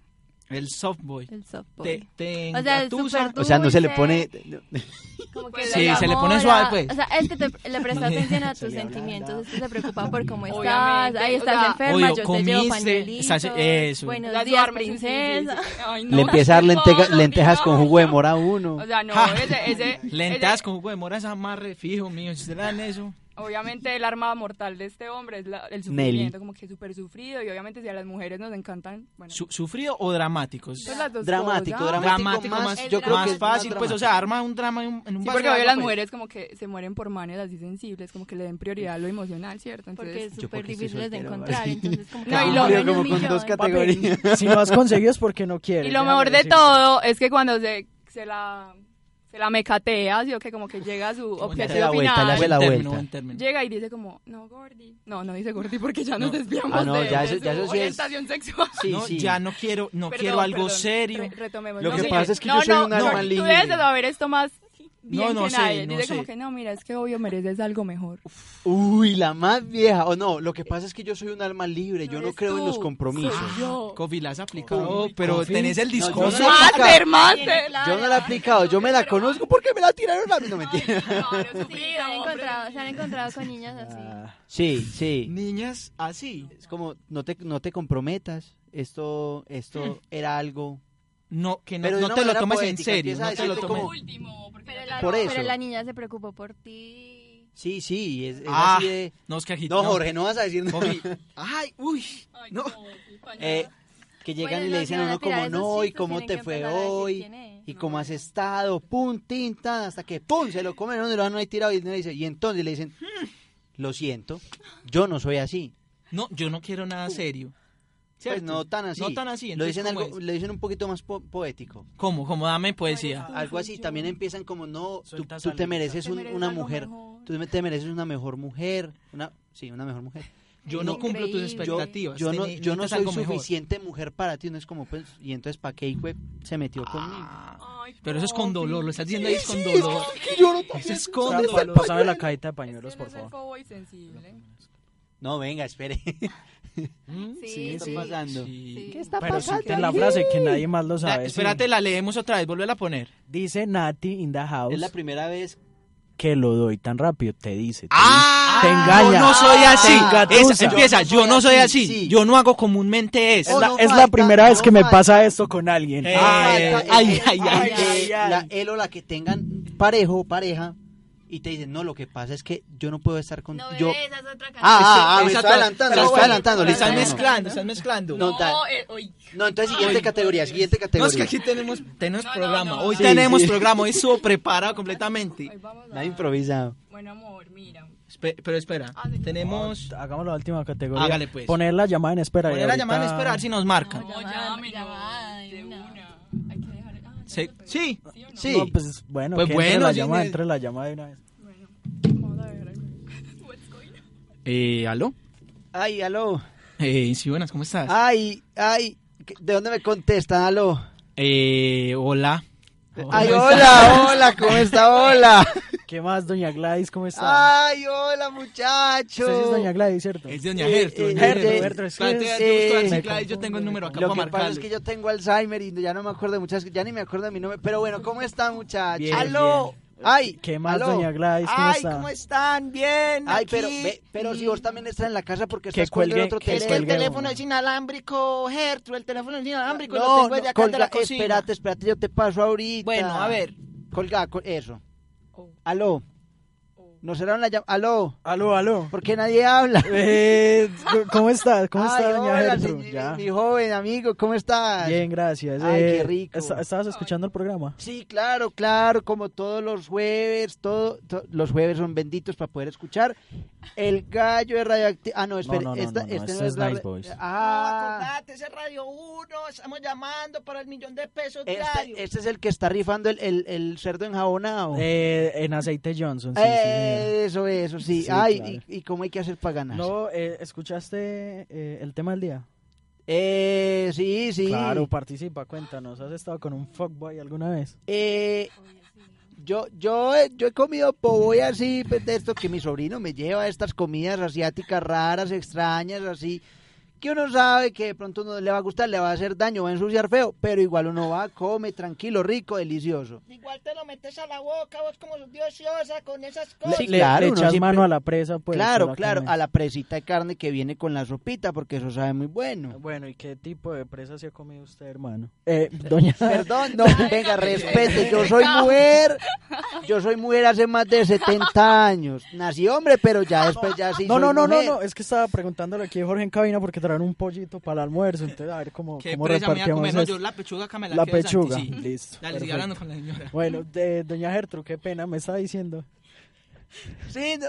Speaker 2: El softboy.
Speaker 4: El soft boy.
Speaker 2: Te, te
Speaker 4: O sea, el
Speaker 2: engatusa.
Speaker 4: super
Speaker 7: O sea, no se le
Speaker 4: dulce,
Speaker 7: pone... [laughs]
Speaker 4: como que
Speaker 2: Sí,
Speaker 4: Pues la
Speaker 2: se le pone
Speaker 4: enamora.
Speaker 2: suave, pues.
Speaker 4: O sea, este te,
Speaker 2: [laughs]
Speaker 4: le presta atención a tus
Speaker 5: le ablanda.
Speaker 4: sentimientos. Este se preocupa por
Speaker 8: [laughs]
Speaker 4: cómo estás.
Speaker 8: Obviamente,
Speaker 4: Ahí
Speaker 8: o
Speaker 4: estás
Speaker 8: sea,
Speaker 4: enferma,
Speaker 2: obvio,
Speaker 4: yo te
Speaker 2: comiste,
Speaker 4: llevo pañuelitos.
Speaker 2: estás- eso.
Speaker 4: Buenos
Speaker 8: Las
Speaker 4: días,
Speaker 8: armas, sí, sí, sí,
Speaker 4: princesa.
Speaker 8: sí, sí. Ay, no.
Speaker 7: Le empieza a dar lenteja-
Speaker 8: No, no,
Speaker 7: lentejas
Speaker 8: no.
Speaker 7: con jugo de Ah. mora a uno.
Speaker 8: O sea, no,
Speaker 2: Ja.
Speaker 8: ese,
Speaker 7: [laughs]
Speaker 8: [laughs] ese,
Speaker 2: Lentas
Speaker 8: ese-
Speaker 2: con jugo de mora, es amarre fijo mío. Si se dan eso.
Speaker 8: obviamente el arma mortal de este hombre es la- el
Speaker 7: Nelly.
Speaker 8: sufrimiento, como que súper sufrido, y obviamente si a las mujeres nos encantan, bueno,
Speaker 2: Su- ¿Sufrido o dramáticos?
Speaker 8: son las dos
Speaker 7: Dramático,
Speaker 8: cosas.
Speaker 7: dramático. más-
Speaker 8: yo creo
Speaker 2: más
Speaker 8: que es
Speaker 7: más
Speaker 2: fácil, pues, o sea, arma un drama en un, en un
Speaker 8: Sí,
Speaker 2: vaso
Speaker 8: porque
Speaker 2: de
Speaker 8: hoy
Speaker 2: agua,
Speaker 8: las
Speaker 2: pues.
Speaker 8: mujeres como que se mueren por manes así sensibles, como que le den prioridad a lo emocional, ¿cierto?
Speaker 4: Porque
Speaker 8: Entonces,
Speaker 4: es
Speaker 7: Yo
Speaker 4: súper
Speaker 7: porque estoy
Speaker 4: difícil de
Speaker 7: soltero,
Speaker 4: encontrar.
Speaker 7: ¿vale?
Speaker 4: Entonces, como que
Speaker 8: No, y lo-
Speaker 4: hay
Speaker 7: como
Speaker 4: un
Speaker 7: con dos
Speaker 4: millón.
Speaker 5: Papi,
Speaker 7: categorías.
Speaker 5: si no has conseguido es porque no quieres.
Speaker 8: y lo
Speaker 5: déjame
Speaker 8: mejor de
Speaker 5: decirte.
Speaker 8: todo es que cuando se, se la se la mecatea, ¿sí? o que como que llega a su
Speaker 7: la
Speaker 8: objetivo
Speaker 7: vuelta, la
Speaker 8: final,
Speaker 2: Buen
Speaker 7: vuelta. vuelta.
Speaker 2: término, buen término.
Speaker 8: llega y dice como, no, Gordy. No, no dice Gordy porque ya nos desviamos
Speaker 7: Ah, no,
Speaker 8: de,
Speaker 7: ya
Speaker 8: de
Speaker 7: eso-
Speaker 8: su
Speaker 7: ya eso sí es-
Speaker 8: orientación sexual.
Speaker 7: Sí,
Speaker 2: no,
Speaker 7: sí.
Speaker 2: ya no quiero, no
Speaker 8: Perdón,
Speaker 2: quiero algo
Speaker 8: perdón.
Speaker 2: serio.
Speaker 8: Re- retomemos.
Speaker 7: Lo
Speaker 8: No,
Speaker 7: que
Speaker 8: sí,
Speaker 7: pasa es que
Speaker 8: no,
Speaker 7: yo soy
Speaker 8: no,
Speaker 7: un alma
Speaker 8: Gordy, Tú
Speaker 7: libre.
Speaker 8: debes de saber esto más bien
Speaker 2: No, no
Speaker 8: que
Speaker 2: sé,
Speaker 8: nadie.
Speaker 2: no
Speaker 8: dice como
Speaker 2: sé.
Speaker 8: que, no, mira, es que obvio mereces algo mejor.
Speaker 7: Uy, la más vieja. O no, lo que pasa es que yo soy un alma libre. Yo no
Speaker 8: Eh, eres
Speaker 7: creo en
Speaker 8: tú,
Speaker 7: los compromisos.
Speaker 8: soy yo.
Speaker 2: Coffee la has aplicado, pero
Speaker 5: Coffee.
Speaker 2: tenés el
Speaker 7: No,
Speaker 2: discurso.
Speaker 7: yo no-
Speaker 8: Master, master.
Speaker 7: Yo no la he aplicado. Yo me la conozco porque me la tiraron a mí. No mentira.
Speaker 8: Claro,
Speaker 4: Sí, se han encontrado, se han encontrado con niñas así.
Speaker 5: Ah,
Speaker 7: Sí, sí.
Speaker 2: Niñas así.
Speaker 7: Es como, no te, no te comprometas. Esto,
Speaker 8: Hmm.
Speaker 7: esto era algo.
Speaker 2: No, que no,
Speaker 7: Pero de
Speaker 2: no
Speaker 7: una
Speaker 2: te lo
Speaker 7: manera
Speaker 2: tomes en
Speaker 7: poética,
Speaker 2: serio.
Speaker 7: empieza a
Speaker 2: No te lo
Speaker 7: decirte
Speaker 2: tomes.
Speaker 7: como-
Speaker 8: último, porque
Speaker 4: Pero la,
Speaker 7: Por eso.
Speaker 4: pero la niña se preocupó por ti.
Speaker 7: Sí, sí. Es, es
Speaker 2: Ah, [laughs]
Speaker 7: así de.
Speaker 2: no, es que agit-
Speaker 7: No, Jorge, no vas a decir nada. [laughs]
Speaker 2: Coffee. Ay, uy. No.
Speaker 7: Eh, que llegan
Speaker 4: Bueno,
Speaker 7: y
Speaker 4: no,
Speaker 7: le dicen
Speaker 4: si
Speaker 7: a
Speaker 4: van a
Speaker 7: uno
Speaker 4: tirar
Speaker 7: como
Speaker 4: esos
Speaker 7: no y
Speaker 4: chistes,
Speaker 7: cómo
Speaker 4: tienen
Speaker 7: te
Speaker 4: que
Speaker 7: fue
Speaker 4: empezar a decir
Speaker 7: hoy
Speaker 4: quién es.
Speaker 7: y cómo has estado, pum, tin, tan, hasta que pum, se lo comen, uno y lo han ahí tirado y, uno le dice, y entonces le dicen, "Hmm, lo siento, yo no soy así,
Speaker 2: No, yo no quiero nada serio. ¿Cierto?
Speaker 7: pues no tan así,
Speaker 2: No tan así.
Speaker 7: lo
Speaker 2: entonces,
Speaker 7: dicen,
Speaker 2: ¿cómo
Speaker 7: algo,
Speaker 2: es?
Speaker 7: lo dicen un poquito más po- poético,
Speaker 2: ¿Cómo? ¿Cómo? Dame poesía.
Speaker 7: algo así, también empiezan como no, tú,
Speaker 5: Sueltas
Speaker 7: tú te
Speaker 5: algo,
Speaker 7: mereces
Speaker 8: te
Speaker 7: un-
Speaker 8: mereces
Speaker 7: una
Speaker 8: algo
Speaker 7: mujer,
Speaker 8: mejor.
Speaker 7: tú me- te mereces una mejor mujer, una, sí, una mejor mujer,
Speaker 2: Yo no cumplo tus
Speaker 4: Increíble.
Speaker 7: yo,
Speaker 2: expectativas.
Speaker 7: yo
Speaker 2: te
Speaker 7: no,
Speaker 2: ne-
Speaker 7: yo no
Speaker 2: necesitas
Speaker 7: soy
Speaker 2: algo mejor.
Speaker 7: suficiente mujer para ti, no es como pues, y entonces para qué hijo de- se metió
Speaker 2: Ah.
Speaker 7: conmigo.
Speaker 2: Pero eso es
Speaker 7: Oh,
Speaker 2: con dolor, lo estás diciendo ahí es con dolor. Eso es con
Speaker 5: pa-
Speaker 2: dolor.
Speaker 5: Pásame la cajita de pañuelos, por favor.
Speaker 7: No, venga, espere. [laughs]
Speaker 4: Sí,
Speaker 7: ¿Qué está pasando?
Speaker 2: Sí.
Speaker 4: sí.
Speaker 5: Bueno, suelten la frase que nadie más lo
Speaker 2: La-
Speaker 5: sabe. sí.
Speaker 2: espérate, la leemos otra vez, vuelve a poner.
Speaker 5: Dice Nati in the house
Speaker 7: Es la primera vez.
Speaker 5: que lo doy tan rápido. Te dice. te
Speaker 2: ¡Ah!
Speaker 5: dice, te
Speaker 2: Yo
Speaker 5: engaña.
Speaker 2: no soy
Speaker 7: Ah,
Speaker 2: así.
Speaker 5: te engatusa.
Speaker 2: Esa- empieza, yo no soy así. Yo no hago comúnmente
Speaker 5: Es
Speaker 2: eso.
Speaker 5: la,
Speaker 7: no
Speaker 5: es la
Speaker 7: falta,
Speaker 5: primera vez
Speaker 7: no
Speaker 5: que me
Speaker 7: falta.
Speaker 5: pasa esto con alguien.
Speaker 2: Eh,
Speaker 5: Ah,
Speaker 2: ay, ay, ay, ay,
Speaker 5: ay, ay.
Speaker 7: La, él o la que tengan parejo, pareja, y te dicen, no, lo que pasa es que yo no puedo estar con...
Speaker 4: No, bebé,
Speaker 7: yo...
Speaker 4: esa es otra canción.
Speaker 7: Ah, ah, ah,
Speaker 2: Esa
Speaker 7: me está
Speaker 2: otra-
Speaker 7: adelantando, me
Speaker 2: pero
Speaker 7: está
Speaker 2: bueno,
Speaker 7: adelantando.
Speaker 2: lo
Speaker 7: listo,
Speaker 2: Están
Speaker 7: no, no.
Speaker 2: mezclando, están mezclando.
Speaker 7: No, eh, tal. No, entonces siguiente categoría, siguiente
Speaker 2: No, es que
Speaker 7: categoría.
Speaker 2: aquí tenemos, tenemos
Speaker 8: No, no,
Speaker 2: programa.
Speaker 8: no,
Speaker 2: hoy
Speaker 8: no.
Speaker 2: tenemos
Speaker 7: Sí, sí.
Speaker 2: programa, hoy estuvo preparado completamente.
Speaker 7: La he improvisado.
Speaker 8: Bueno, amor, mira.
Speaker 2: Espe- pero espera,
Speaker 8: Ah,
Speaker 2: tenemos.
Speaker 5: Hagamos la última categoría.
Speaker 2: Hágale, pues.
Speaker 5: Poner la llamada en espera. y
Speaker 2: Poner la llamada a
Speaker 5: ahorita-
Speaker 2: esperar si nos marcan.
Speaker 8: No,
Speaker 4: llámenos,
Speaker 8: de
Speaker 4: de
Speaker 8: una.
Speaker 4: una.
Speaker 8: Hay que dejar... ah, ya
Speaker 2: Sí.
Speaker 8: lo pegué,
Speaker 2: sí.
Speaker 8: ¿sí o no?
Speaker 7: Sí.
Speaker 5: No, pues bueno,
Speaker 2: Pues
Speaker 5: que entre
Speaker 2: bueno,
Speaker 5: la
Speaker 2: sí,
Speaker 5: llamada,
Speaker 2: me-
Speaker 5: entre la llamada de una vez.
Speaker 8: Bueno, vamos a ver. What's going on?
Speaker 2: Eh, ¿Aló?
Speaker 7: Ay, aló.
Speaker 2: Eh, sí, buenas, ¿cómo estás?
Speaker 7: Ay, ay. ¿qué- ¿De dónde me contestan? Aló.
Speaker 2: Eh, hola.
Speaker 7: Ay, hola, hola, ¿cómo está? [laughs] Hola.
Speaker 5: ¿Qué más, doña Gladys? ¿Cómo está?
Speaker 7: Ay, hola, muchacho.
Speaker 5: Usted sí es doña Gladys, ¿cierto?
Speaker 2: Es de Doña
Speaker 7: Eh,
Speaker 2: Gertrude.
Speaker 7: eh,
Speaker 2: doña Gertrude.
Speaker 7: Gertrude,
Speaker 5: Gertrude, es que
Speaker 2: Espérate,
Speaker 5: es-
Speaker 2: voy a buscar
Speaker 7: eh,
Speaker 2: si
Speaker 5: me
Speaker 2: Gladys, yo tengo el número acá
Speaker 7: Lo
Speaker 2: para
Speaker 7: que pasa es
Speaker 2: marcarle.
Speaker 7: que yo tengo Alzheimer y ya no me acuerdo de muchas, ya ni me acuerdo de mi nombre, pero bueno, ¿cómo están muchachos?
Speaker 5: Bien,
Speaker 7: ¡Aló! ¡Ay!
Speaker 5: ¿Qué más,
Speaker 7: aló.
Speaker 5: doña Gladys? ¿Cómo
Speaker 7: ¡Ay,
Speaker 5: está?
Speaker 7: cómo están! ¡Bien! ¡Ay, pero, ve- pero si vos también estás en la casa porque
Speaker 5: Que
Speaker 7: estás con el
Speaker 5: cuelgue,
Speaker 7: otro
Speaker 5: que
Speaker 7: teléfono.
Speaker 5: cuelgue uno.
Speaker 2: inalámbrico, Gertrude, el teléfono es inalámbrico,
Speaker 7: No, no, colga, espérate, espérate, yo te paso ahorita.
Speaker 2: Bueno, a ver.
Speaker 7: Colga, col- eso.
Speaker 8: Oh.
Speaker 7: ¡Aló! ¿No cerraron la llamada? ¡Aló!
Speaker 5: Aló, aló.
Speaker 7: ¿Por qué nadie habla? [laughs]
Speaker 5: Eh, ¿Cómo está? ¿Cómo está,
Speaker 7: Ay,
Speaker 5: doña
Speaker 7: hola,
Speaker 5: Gertrude?
Speaker 7: señor-
Speaker 5: Ya.
Speaker 7: Mi joven amigo, ¿cómo estás?
Speaker 5: Bien, gracias.
Speaker 7: Ay,
Speaker 5: Eh,
Speaker 7: qué rico.
Speaker 5: ¿est- ¿Estabas escuchando el programa?
Speaker 7: Sí, claro, claro, como todos los jueves, todo, to- los jueves son benditos para poder escuchar. El gallo de radioactivo. Ah, no, espera,
Speaker 5: no, no,
Speaker 7: esta,
Speaker 5: no, no,
Speaker 7: este
Speaker 5: este
Speaker 7: no
Speaker 5: es
Speaker 7: es la
Speaker 5: Nice
Speaker 7: ra-
Speaker 5: Boys.
Speaker 7: Ah,
Speaker 2: ese Radio 1, estamos llamando para el millón de pesos
Speaker 7: este, este es el que está rifando el, el, el cerdo enjabonado.
Speaker 5: Eh, en aceite Johnson, sí, sí, señor.
Speaker 7: Eh, eso, eso, sí.
Speaker 5: Sí,
Speaker 7: Ay,
Speaker 5: claro.
Speaker 7: y, y cómo hay que hacer para ganar?
Speaker 5: No, eh, ¿escuchaste eh, el tema del día?
Speaker 7: Eh, sí, sí.
Speaker 5: Claro, participa, cuéntanos. ¿Has estado con un fuckboy alguna vez?
Speaker 7: Eh, yo, yo, he- yo he comido poboy así, pues, de esto que mi sobrino me lleva, estas comidas asiáticas raras, extrañas, así, que uno sabe que de pronto no le va a gustar, le va a hacer daño, va a ensuciar feo, pero igual uno va, come, tranquilo, rico, delicioso.
Speaker 10: Igual te lo metes a la boca, vos como diociosa con esas
Speaker 7: Le-
Speaker 10: cosas.
Speaker 7: sí,
Speaker 5: le,
Speaker 7: claro,
Speaker 5: le
Speaker 7: uno
Speaker 5: echas
Speaker 7: siempre-
Speaker 5: mano a la presa, pues.
Speaker 7: claro,
Speaker 5: para
Speaker 7: claro,
Speaker 5: comer.
Speaker 7: a la presita de carne que viene con la sopita, porque eso sabe muy bueno.
Speaker 5: Bueno, ¿y qué tipo de presa se ha comido usted, hermano? Eh, doña...
Speaker 7: Perdón, no, [laughs] venga, respete, yo soy mujer, yo soy mujer hace más de 70 años, nací hombre, pero ya después ya sí
Speaker 5: No,
Speaker 7: soy
Speaker 5: no, no, no,
Speaker 7: mujer.
Speaker 5: no, es que estaba preguntándole aquí a Jorge en cabina porque traen un pollito para el almuerzo, entonces a ver cómo,
Speaker 2: ¿Qué
Speaker 5: cómo
Speaker 2: presa me voy a
Speaker 5: repartimos
Speaker 2: comer? No,
Speaker 5: esto.
Speaker 2: yo la pechuga acá me la
Speaker 5: La
Speaker 2: quedo, Santi,
Speaker 5: pechuga,
Speaker 2: sí.
Speaker 5: [laughs] listo.
Speaker 2: Dale, sigue
Speaker 5: perfecto.
Speaker 2: hablando con la señora.
Speaker 5: Bueno, de, doña Gertrude, qué pena, me está diciendo.
Speaker 7: Sí, no.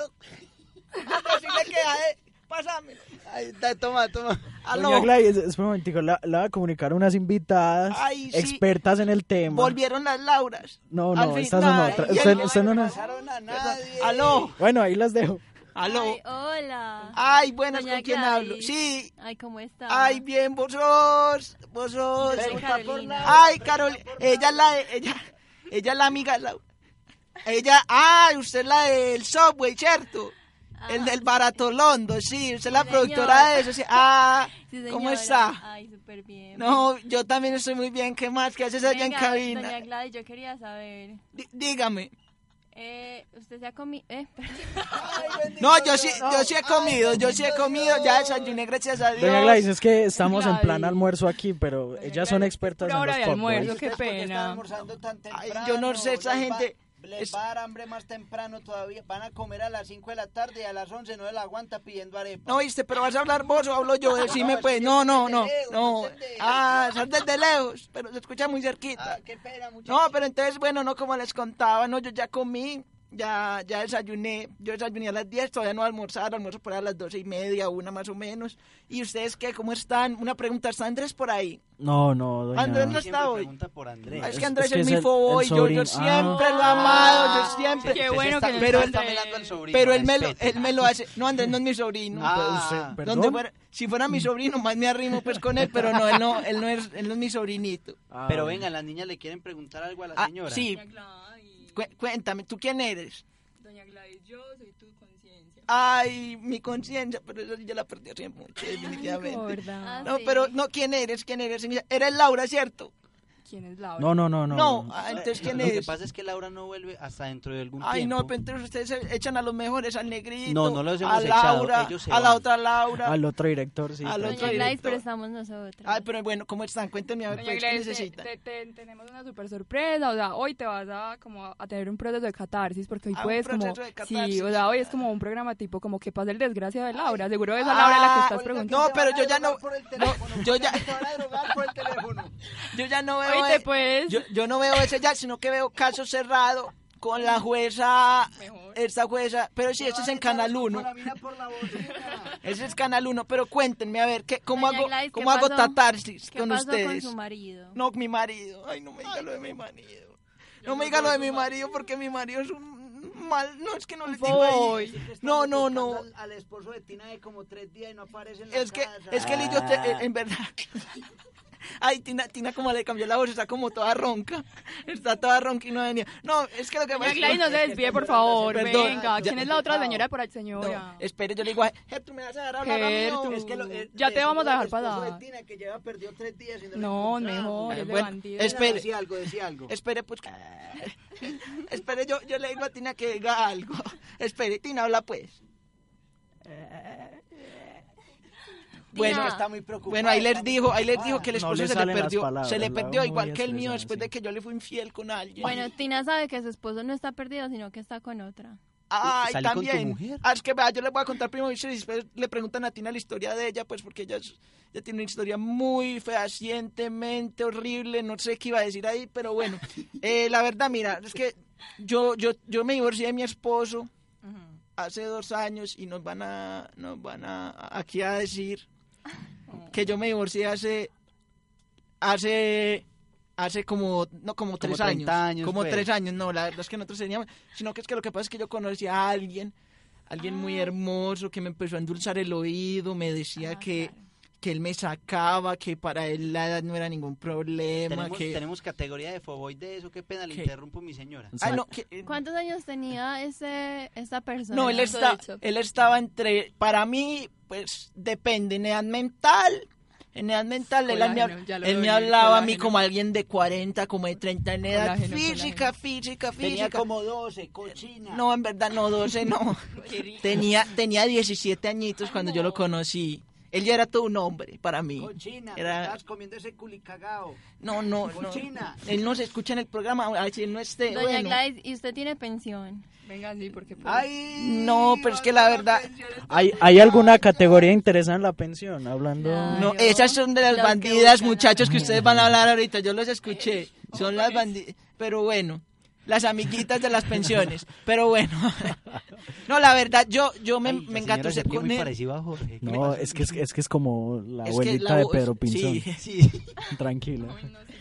Speaker 10: Decirle que, eh, pásame.
Speaker 7: Ahí está, toma, toma.
Speaker 5: Doña Gladys, espera un momentico, la, la voy a comunicar unas invitadas
Speaker 10: Ay, sí.
Speaker 5: expertas en el tema.
Speaker 10: Volvieron las Lauras.
Speaker 5: No,
Speaker 10: Al
Speaker 5: no,
Speaker 10: fin-
Speaker 5: estas son
Speaker 10: Ay,
Speaker 5: otras.
Speaker 10: ya
Speaker 5: Usted-
Speaker 10: no
Speaker 5: usted no nos-
Speaker 7: pasaron a nadie.
Speaker 10: Aló,
Speaker 5: Bueno, ahí las dejo.
Speaker 10: aló.
Speaker 4: Ay, hola.
Speaker 10: Ay, buenas,
Speaker 4: Doña
Speaker 10: ¿con quién
Speaker 4: Gladys.
Speaker 10: hablo? Sí.
Speaker 4: Ay, ¿cómo está?
Speaker 10: Ay, bien, vos sos, vos sos.
Speaker 4: Yo soy Carolina.
Speaker 10: Ay, Carol, ella es la de, ella, ella es la amiga, la- ella, ay, usted es la del Subway, ¿cierto? El del baratolondo, sí, usted es la
Speaker 4: Sí,
Speaker 10: productora
Speaker 4: señor.
Speaker 10: de eso, sí. Ah,
Speaker 4: Sí, señora.
Speaker 10: ¿cómo está?
Speaker 4: Ay, súper bien.
Speaker 10: No, yo también estoy muy bien, ¿qué más? ¿Qué haces allá en
Speaker 4: Venga,
Speaker 10: cabina?
Speaker 4: Doña Gladys, yo quería saber.
Speaker 10: Dí- Dígame.
Speaker 4: Eh, ¿Usted se ha comido? Eh, [laughs] perdón.
Speaker 10: No, yo sí, yo sí he comido, yo sí he comido, ya desayuné, gracias a Dios.
Speaker 5: Doña Gladys, es que estamos en plan
Speaker 8: Gladys.
Speaker 5: almuerzo aquí, pero ellas son expertas en
Speaker 8: pura hora
Speaker 5: los
Speaker 8: de almuerzo.
Speaker 5: fuckboys.
Speaker 8: qué pena.
Speaker 10: Ay, yo no sé, esa gente-
Speaker 7: Les
Speaker 10: es-
Speaker 7: va a dar hambre más temprano todavía. Van a comer a las 5 de la tarde y a las 11 no la aguanta pidiendo arepa.
Speaker 10: No, viste, pero vas a hablar vos o hablo yo, decime pues. No, no, no, no. Ah, estás desde lejos, pero se escucha muy cerquita.
Speaker 7: Ah, qué pena, muchachos.
Speaker 10: No, pero entonces, bueno, no, como les contaba, no, yo ya comí, ya, ya desayuné. Yo desayuné a las 10, todavía no almorzaron, almuerzo por ahí a las 12 y media, una más o menos. ¿Y ustedes qué? ¿Cómo están? Una pregunta, ¿está Andrés por ahí?
Speaker 5: No, no, doña
Speaker 10: Andrés no
Speaker 7: Siempre
Speaker 10: está hoy.
Speaker 7: pregunta por Andrés.
Speaker 10: Ay, Es
Speaker 5: Es-
Speaker 10: que Andrés
Speaker 5: es
Speaker 10: es,
Speaker 5: que es
Speaker 10: mi
Speaker 5: el-
Speaker 10: foboy,
Speaker 5: el
Speaker 10: yo, yo
Speaker 5: sobrino.
Speaker 10: siempre
Speaker 5: Ah.
Speaker 10: lo he amado, yo siempre.
Speaker 8: Qué bueno
Speaker 7: Usted
Speaker 8: que
Speaker 7: está-
Speaker 8: no
Speaker 7: pero
Speaker 8: está
Speaker 7: está
Speaker 8: Andrés.
Speaker 7: velando al sobrino.
Speaker 10: Pero él me, lo,
Speaker 7: respete.
Speaker 10: él me lo hace. No, Andrés no es mi sobrino.
Speaker 7: Ah,
Speaker 5: Usted-
Speaker 10: Donde
Speaker 5: ¿Perdón?
Speaker 10: fuera- si fuera
Speaker 7: Mm.
Speaker 10: mi sobrino, más me arrimo pues con él, pero no, él no, él no es, él no es mi sobrinito.
Speaker 5: Ah,
Speaker 7: pero
Speaker 5: bueno.
Speaker 7: venga, las niñas le quieren preguntar algo a la
Speaker 10: Ah,
Speaker 7: señora. Eh,
Speaker 10: sí,
Speaker 8: Doña Gladys,
Speaker 10: cu- cuéntame, ¿tú quién eres?
Speaker 8: Doña Gladys, yo soy tu conciencia.
Speaker 10: Ay, mi conciencia, pero esa sí ya la perdí hace mucho, definitivamente.
Speaker 4: Ah,
Speaker 8: Gorda.
Speaker 10: No,
Speaker 4: sí.
Speaker 10: pero no, ¿quién eres? ¿Quién eres? Eres Laura, ¿cierto?
Speaker 8: ¿Quién es Laura?
Speaker 5: No, no, no, no.
Speaker 10: No,
Speaker 5: no.
Speaker 10: ah, entonces ¿quién
Speaker 7: Lo que
Speaker 10: eres?
Speaker 7: pasa es que Laura no vuelve hasta dentro de algún
Speaker 10: Ay,
Speaker 7: tiempo.
Speaker 10: no, pero
Speaker 2: pues,
Speaker 10: entonces ustedes echan a los mejores, al negrito,
Speaker 7: No, no los
Speaker 10: a
Speaker 7: hemos echado,
Speaker 10: Laura,
Speaker 7: ellos se
Speaker 10: a la
Speaker 7: van.
Speaker 10: otra Laura.
Speaker 5: Al otro director, sí.
Speaker 10: Al
Speaker 5: pero-
Speaker 10: otro
Speaker 4: Doña
Speaker 10: director.
Speaker 4: Gladys, pero estamos nosotros.
Speaker 10: Ay, pero bueno, ¿cómo están? Cuéntenme a ver,
Speaker 8: Doña eh,
Speaker 10: pues, ¿qué
Speaker 8: Gladys, te-
Speaker 10: necesitan?
Speaker 8: te- te- tenemos una super sorpresa, o sea, hoy te vas a como a- a tener un proceso de catarsis porque hoy
Speaker 10: Ah, un
Speaker 8: puedes como
Speaker 10: proceso de catarsis.
Speaker 8: sí, o sea, hoy es como un programa tipo como que pasa el desgracia de Laura, seguro es a Laura la que
Speaker 10: Ah,
Speaker 8: estás preguntando.
Speaker 10: No, pero yo ya no, no, yo ya,
Speaker 7: Van a drogar por el teléfono.
Speaker 10: [laughs] yo ya no veo.
Speaker 8: Hoy
Speaker 10: eh,
Speaker 8: te
Speaker 4: pues.
Speaker 8: puedes
Speaker 10: Yo, yo no veo ese ya, sino que veo caso cerrado con la jueza,
Speaker 8: Mejor.
Speaker 10: esta jueza, pero sí, este es en Canal 1,
Speaker 7: Mira por la bocina.
Speaker 10: ese es Canal 1, pero cuéntenme, a ver, ¿qué, ¿cómo
Speaker 4: Doña
Speaker 10: hago,
Speaker 4: Gladys, ¿qué
Speaker 10: cómo hago
Speaker 4: pasó?
Speaker 10: tatarsis
Speaker 4: ¿Qué
Speaker 10: con
Speaker 4: pasó con
Speaker 10: ustedes?
Speaker 4: su marido?
Speaker 10: No, mi marido, ay, no me diga lo de mi marido, no me diga lo de mi marido, porque mi marido es un mal, no, es que no les digo ahí. No, no, no.
Speaker 7: Al, al esposo de Tina de como tres días y no aparece en la
Speaker 10: Es que,
Speaker 7: casa. Ah.
Speaker 10: es que Lillo, te- eh, en verdad. [laughs] Ay, Tina, Tina, como le cambió la voz, está como toda ronca. Está toda ronca y no venía. No, es que lo que
Speaker 8: Doña
Speaker 10: pasa es que-
Speaker 8: Gladys, no se desvíe, por favor.
Speaker 10: Perdón,
Speaker 8: Venga,
Speaker 10: ya-
Speaker 8: ¿quién es la otra señora por ahí, señora?
Speaker 10: No, espere, yo le digo, Gertrude, me vas a dejar hablar a mí.
Speaker 8: Gertrude,
Speaker 10: no?"
Speaker 7: Es que lo- eh,
Speaker 8: ya te
Speaker 7: de
Speaker 8: vamos a dejar
Speaker 7: seguro el esposo
Speaker 8: pasar.
Speaker 7: de Tina que lleva perdido tres días y no lo
Speaker 8: No,
Speaker 7: encontramos.
Speaker 8: mejor,
Speaker 10: Eh,
Speaker 8: es de
Speaker 10: bueno,
Speaker 8: bandido.
Speaker 10: es- espere.
Speaker 7: Decía algo, decía algo.
Speaker 10: Espere, pues. que- Espere, yo, yo le digo a Tina que diga algo. [laughs] Espere, Tina, habla pues. Bueno,
Speaker 4: Tina.
Speaker 7: está muy preocupada.
Speaker 10: Bueno, ahí les
Speaker 7: está muy
Speaker 10: dijo, ahí les
Speaker 7: preocupada.
Speaker 10: dijo que el
Speaker 5: No
Speaker 10: esposo
Speaker 5: le
Speaker 10: se le
Speaker 5: salen las
Speaker 10: perdió,
Speaker 5: palabras,
Speaker 10: se le
Speaker 5: la
Speaker 10: perdió
Speaker 5: muy
Speaker 10: igual que el mío
Speaker 5: estresada,
Speaker 10: después
Speaker 5: sí.
Speaker 10: de que yo le fui infiel con alguien.
Speaker 4: Bueno, Tina sabe que su esposo no está perdido, sino que está con otra.
Speaker 10: Ay,
Speaker 7: Salí con tu
Speaker 10: Ah, también.
Speaker 7: mujer.
Speaker 10: Ah, es que vea, yo les voy a contar primero y después le preguntan a Tina la historia de ella, pues porque ella, es- ella tiene una historia muy fehacientemente horrible, no sé qué iba a decir ahí, pero bueno.
Speaker 7: [laughs]
Speaker 10: Eh, la verdad, mira, es que yo, yo, yo me divorcié de mi esposo hace dos años y nos van a, nos van a aquí a decir que yo me divorcié hace, hace, hace como, no, como tres
Speaker 7: 30 años,
Speaker 10: como
Speaker 7: pues.
Speaker 10: tres años, no, la verdad es que nosotros teníamos, sino que es que lo que pasa es que yo conocí a alguien, alguien muy hermoso que me empezó a endulzar el oído, me decía que
Speaker 2: que él me sacaba, que para él la edad no era ningún problema,
Speaker 7: ¿Tenemos,
Speaker 2: que...
Speaker 10: Ah,
Speaker 7: tenemos categoría de foboides o qué pena, le
Speaker 2: ¿Qué?
Speaker 7: interrumpo mi señora.
Speaker 2: Ah, no,
Speaker 10: eh,
Speaker 2: que-
Speaker 4: ¿Cuántos años tenía ese, esta persona?
Speaker 2: No, él,
Speaker 4: Eso
Speaker 2: está,
Speaker 4: dicho.
Speaker 2: él estaba entre, para mí, pues depende, en edad mental, en edad mental, él, me,
Speaker 11: Colágeno, ya lo
Speaker 2: él me
Speaker 11: veo venir,
Speaker 2: hablaba a mí
Speaker 11: colágeno.
Speaker 2: como alguien de 40, como de 30, en edad
Speaker 11: Colágeno,
Speaker 2: física, física, física.
Speaker 7: Tenía como 12, cochina.
Speaker 2: No, en verdad, no, 12
Speaker 7: [laughs]
Speaker 2: no. tenía, tenía 17 añitos cuando yo lo conocí. Él ya era todo un hombre para mí.
Speaker 7: Cochina,
Speaker 2: Era-
Speaker 7: te estás comiendo ese culicagao.
Speaker 2: No, no, no.
Speaker 7: Cochina.
Speaker 2: Él no se escucha en el programa, a ver si él no esté.
Speaker 4: Doña
Speaker 2: bueno.
Speaker 4: Gladys, ¿y usted tiene pensión? Venga, sí, porque...
Speaker 2: No, pero es que la verdad...
Speaker 5: ¿Hay, ¿Hay alguna categoría interesada en la pensión? Hablando...
Speaker 2: No, esas son de las bandidas, muchachos, que ustedes van a hablar ahorita. Yo los escuché. Son las bandidas. Pero bueno, las amiguitas de las pensiones. Pero bueno. No, la verdad, yo, yo me, me engatusé con él.
Speaker 5: No,
Speaker 7: [laughs]
Speaker 5: es que es, que- es que es como la
Speaker 2: Es que
Speaker 5: abuelita
Speaker 2: la
Speaker 5: de
Speaker 2: voz-
Speaker 5: Pedro Pinzón. Eh,
Speaker 2: sí, sí.
Speaker 5: Tranquilo.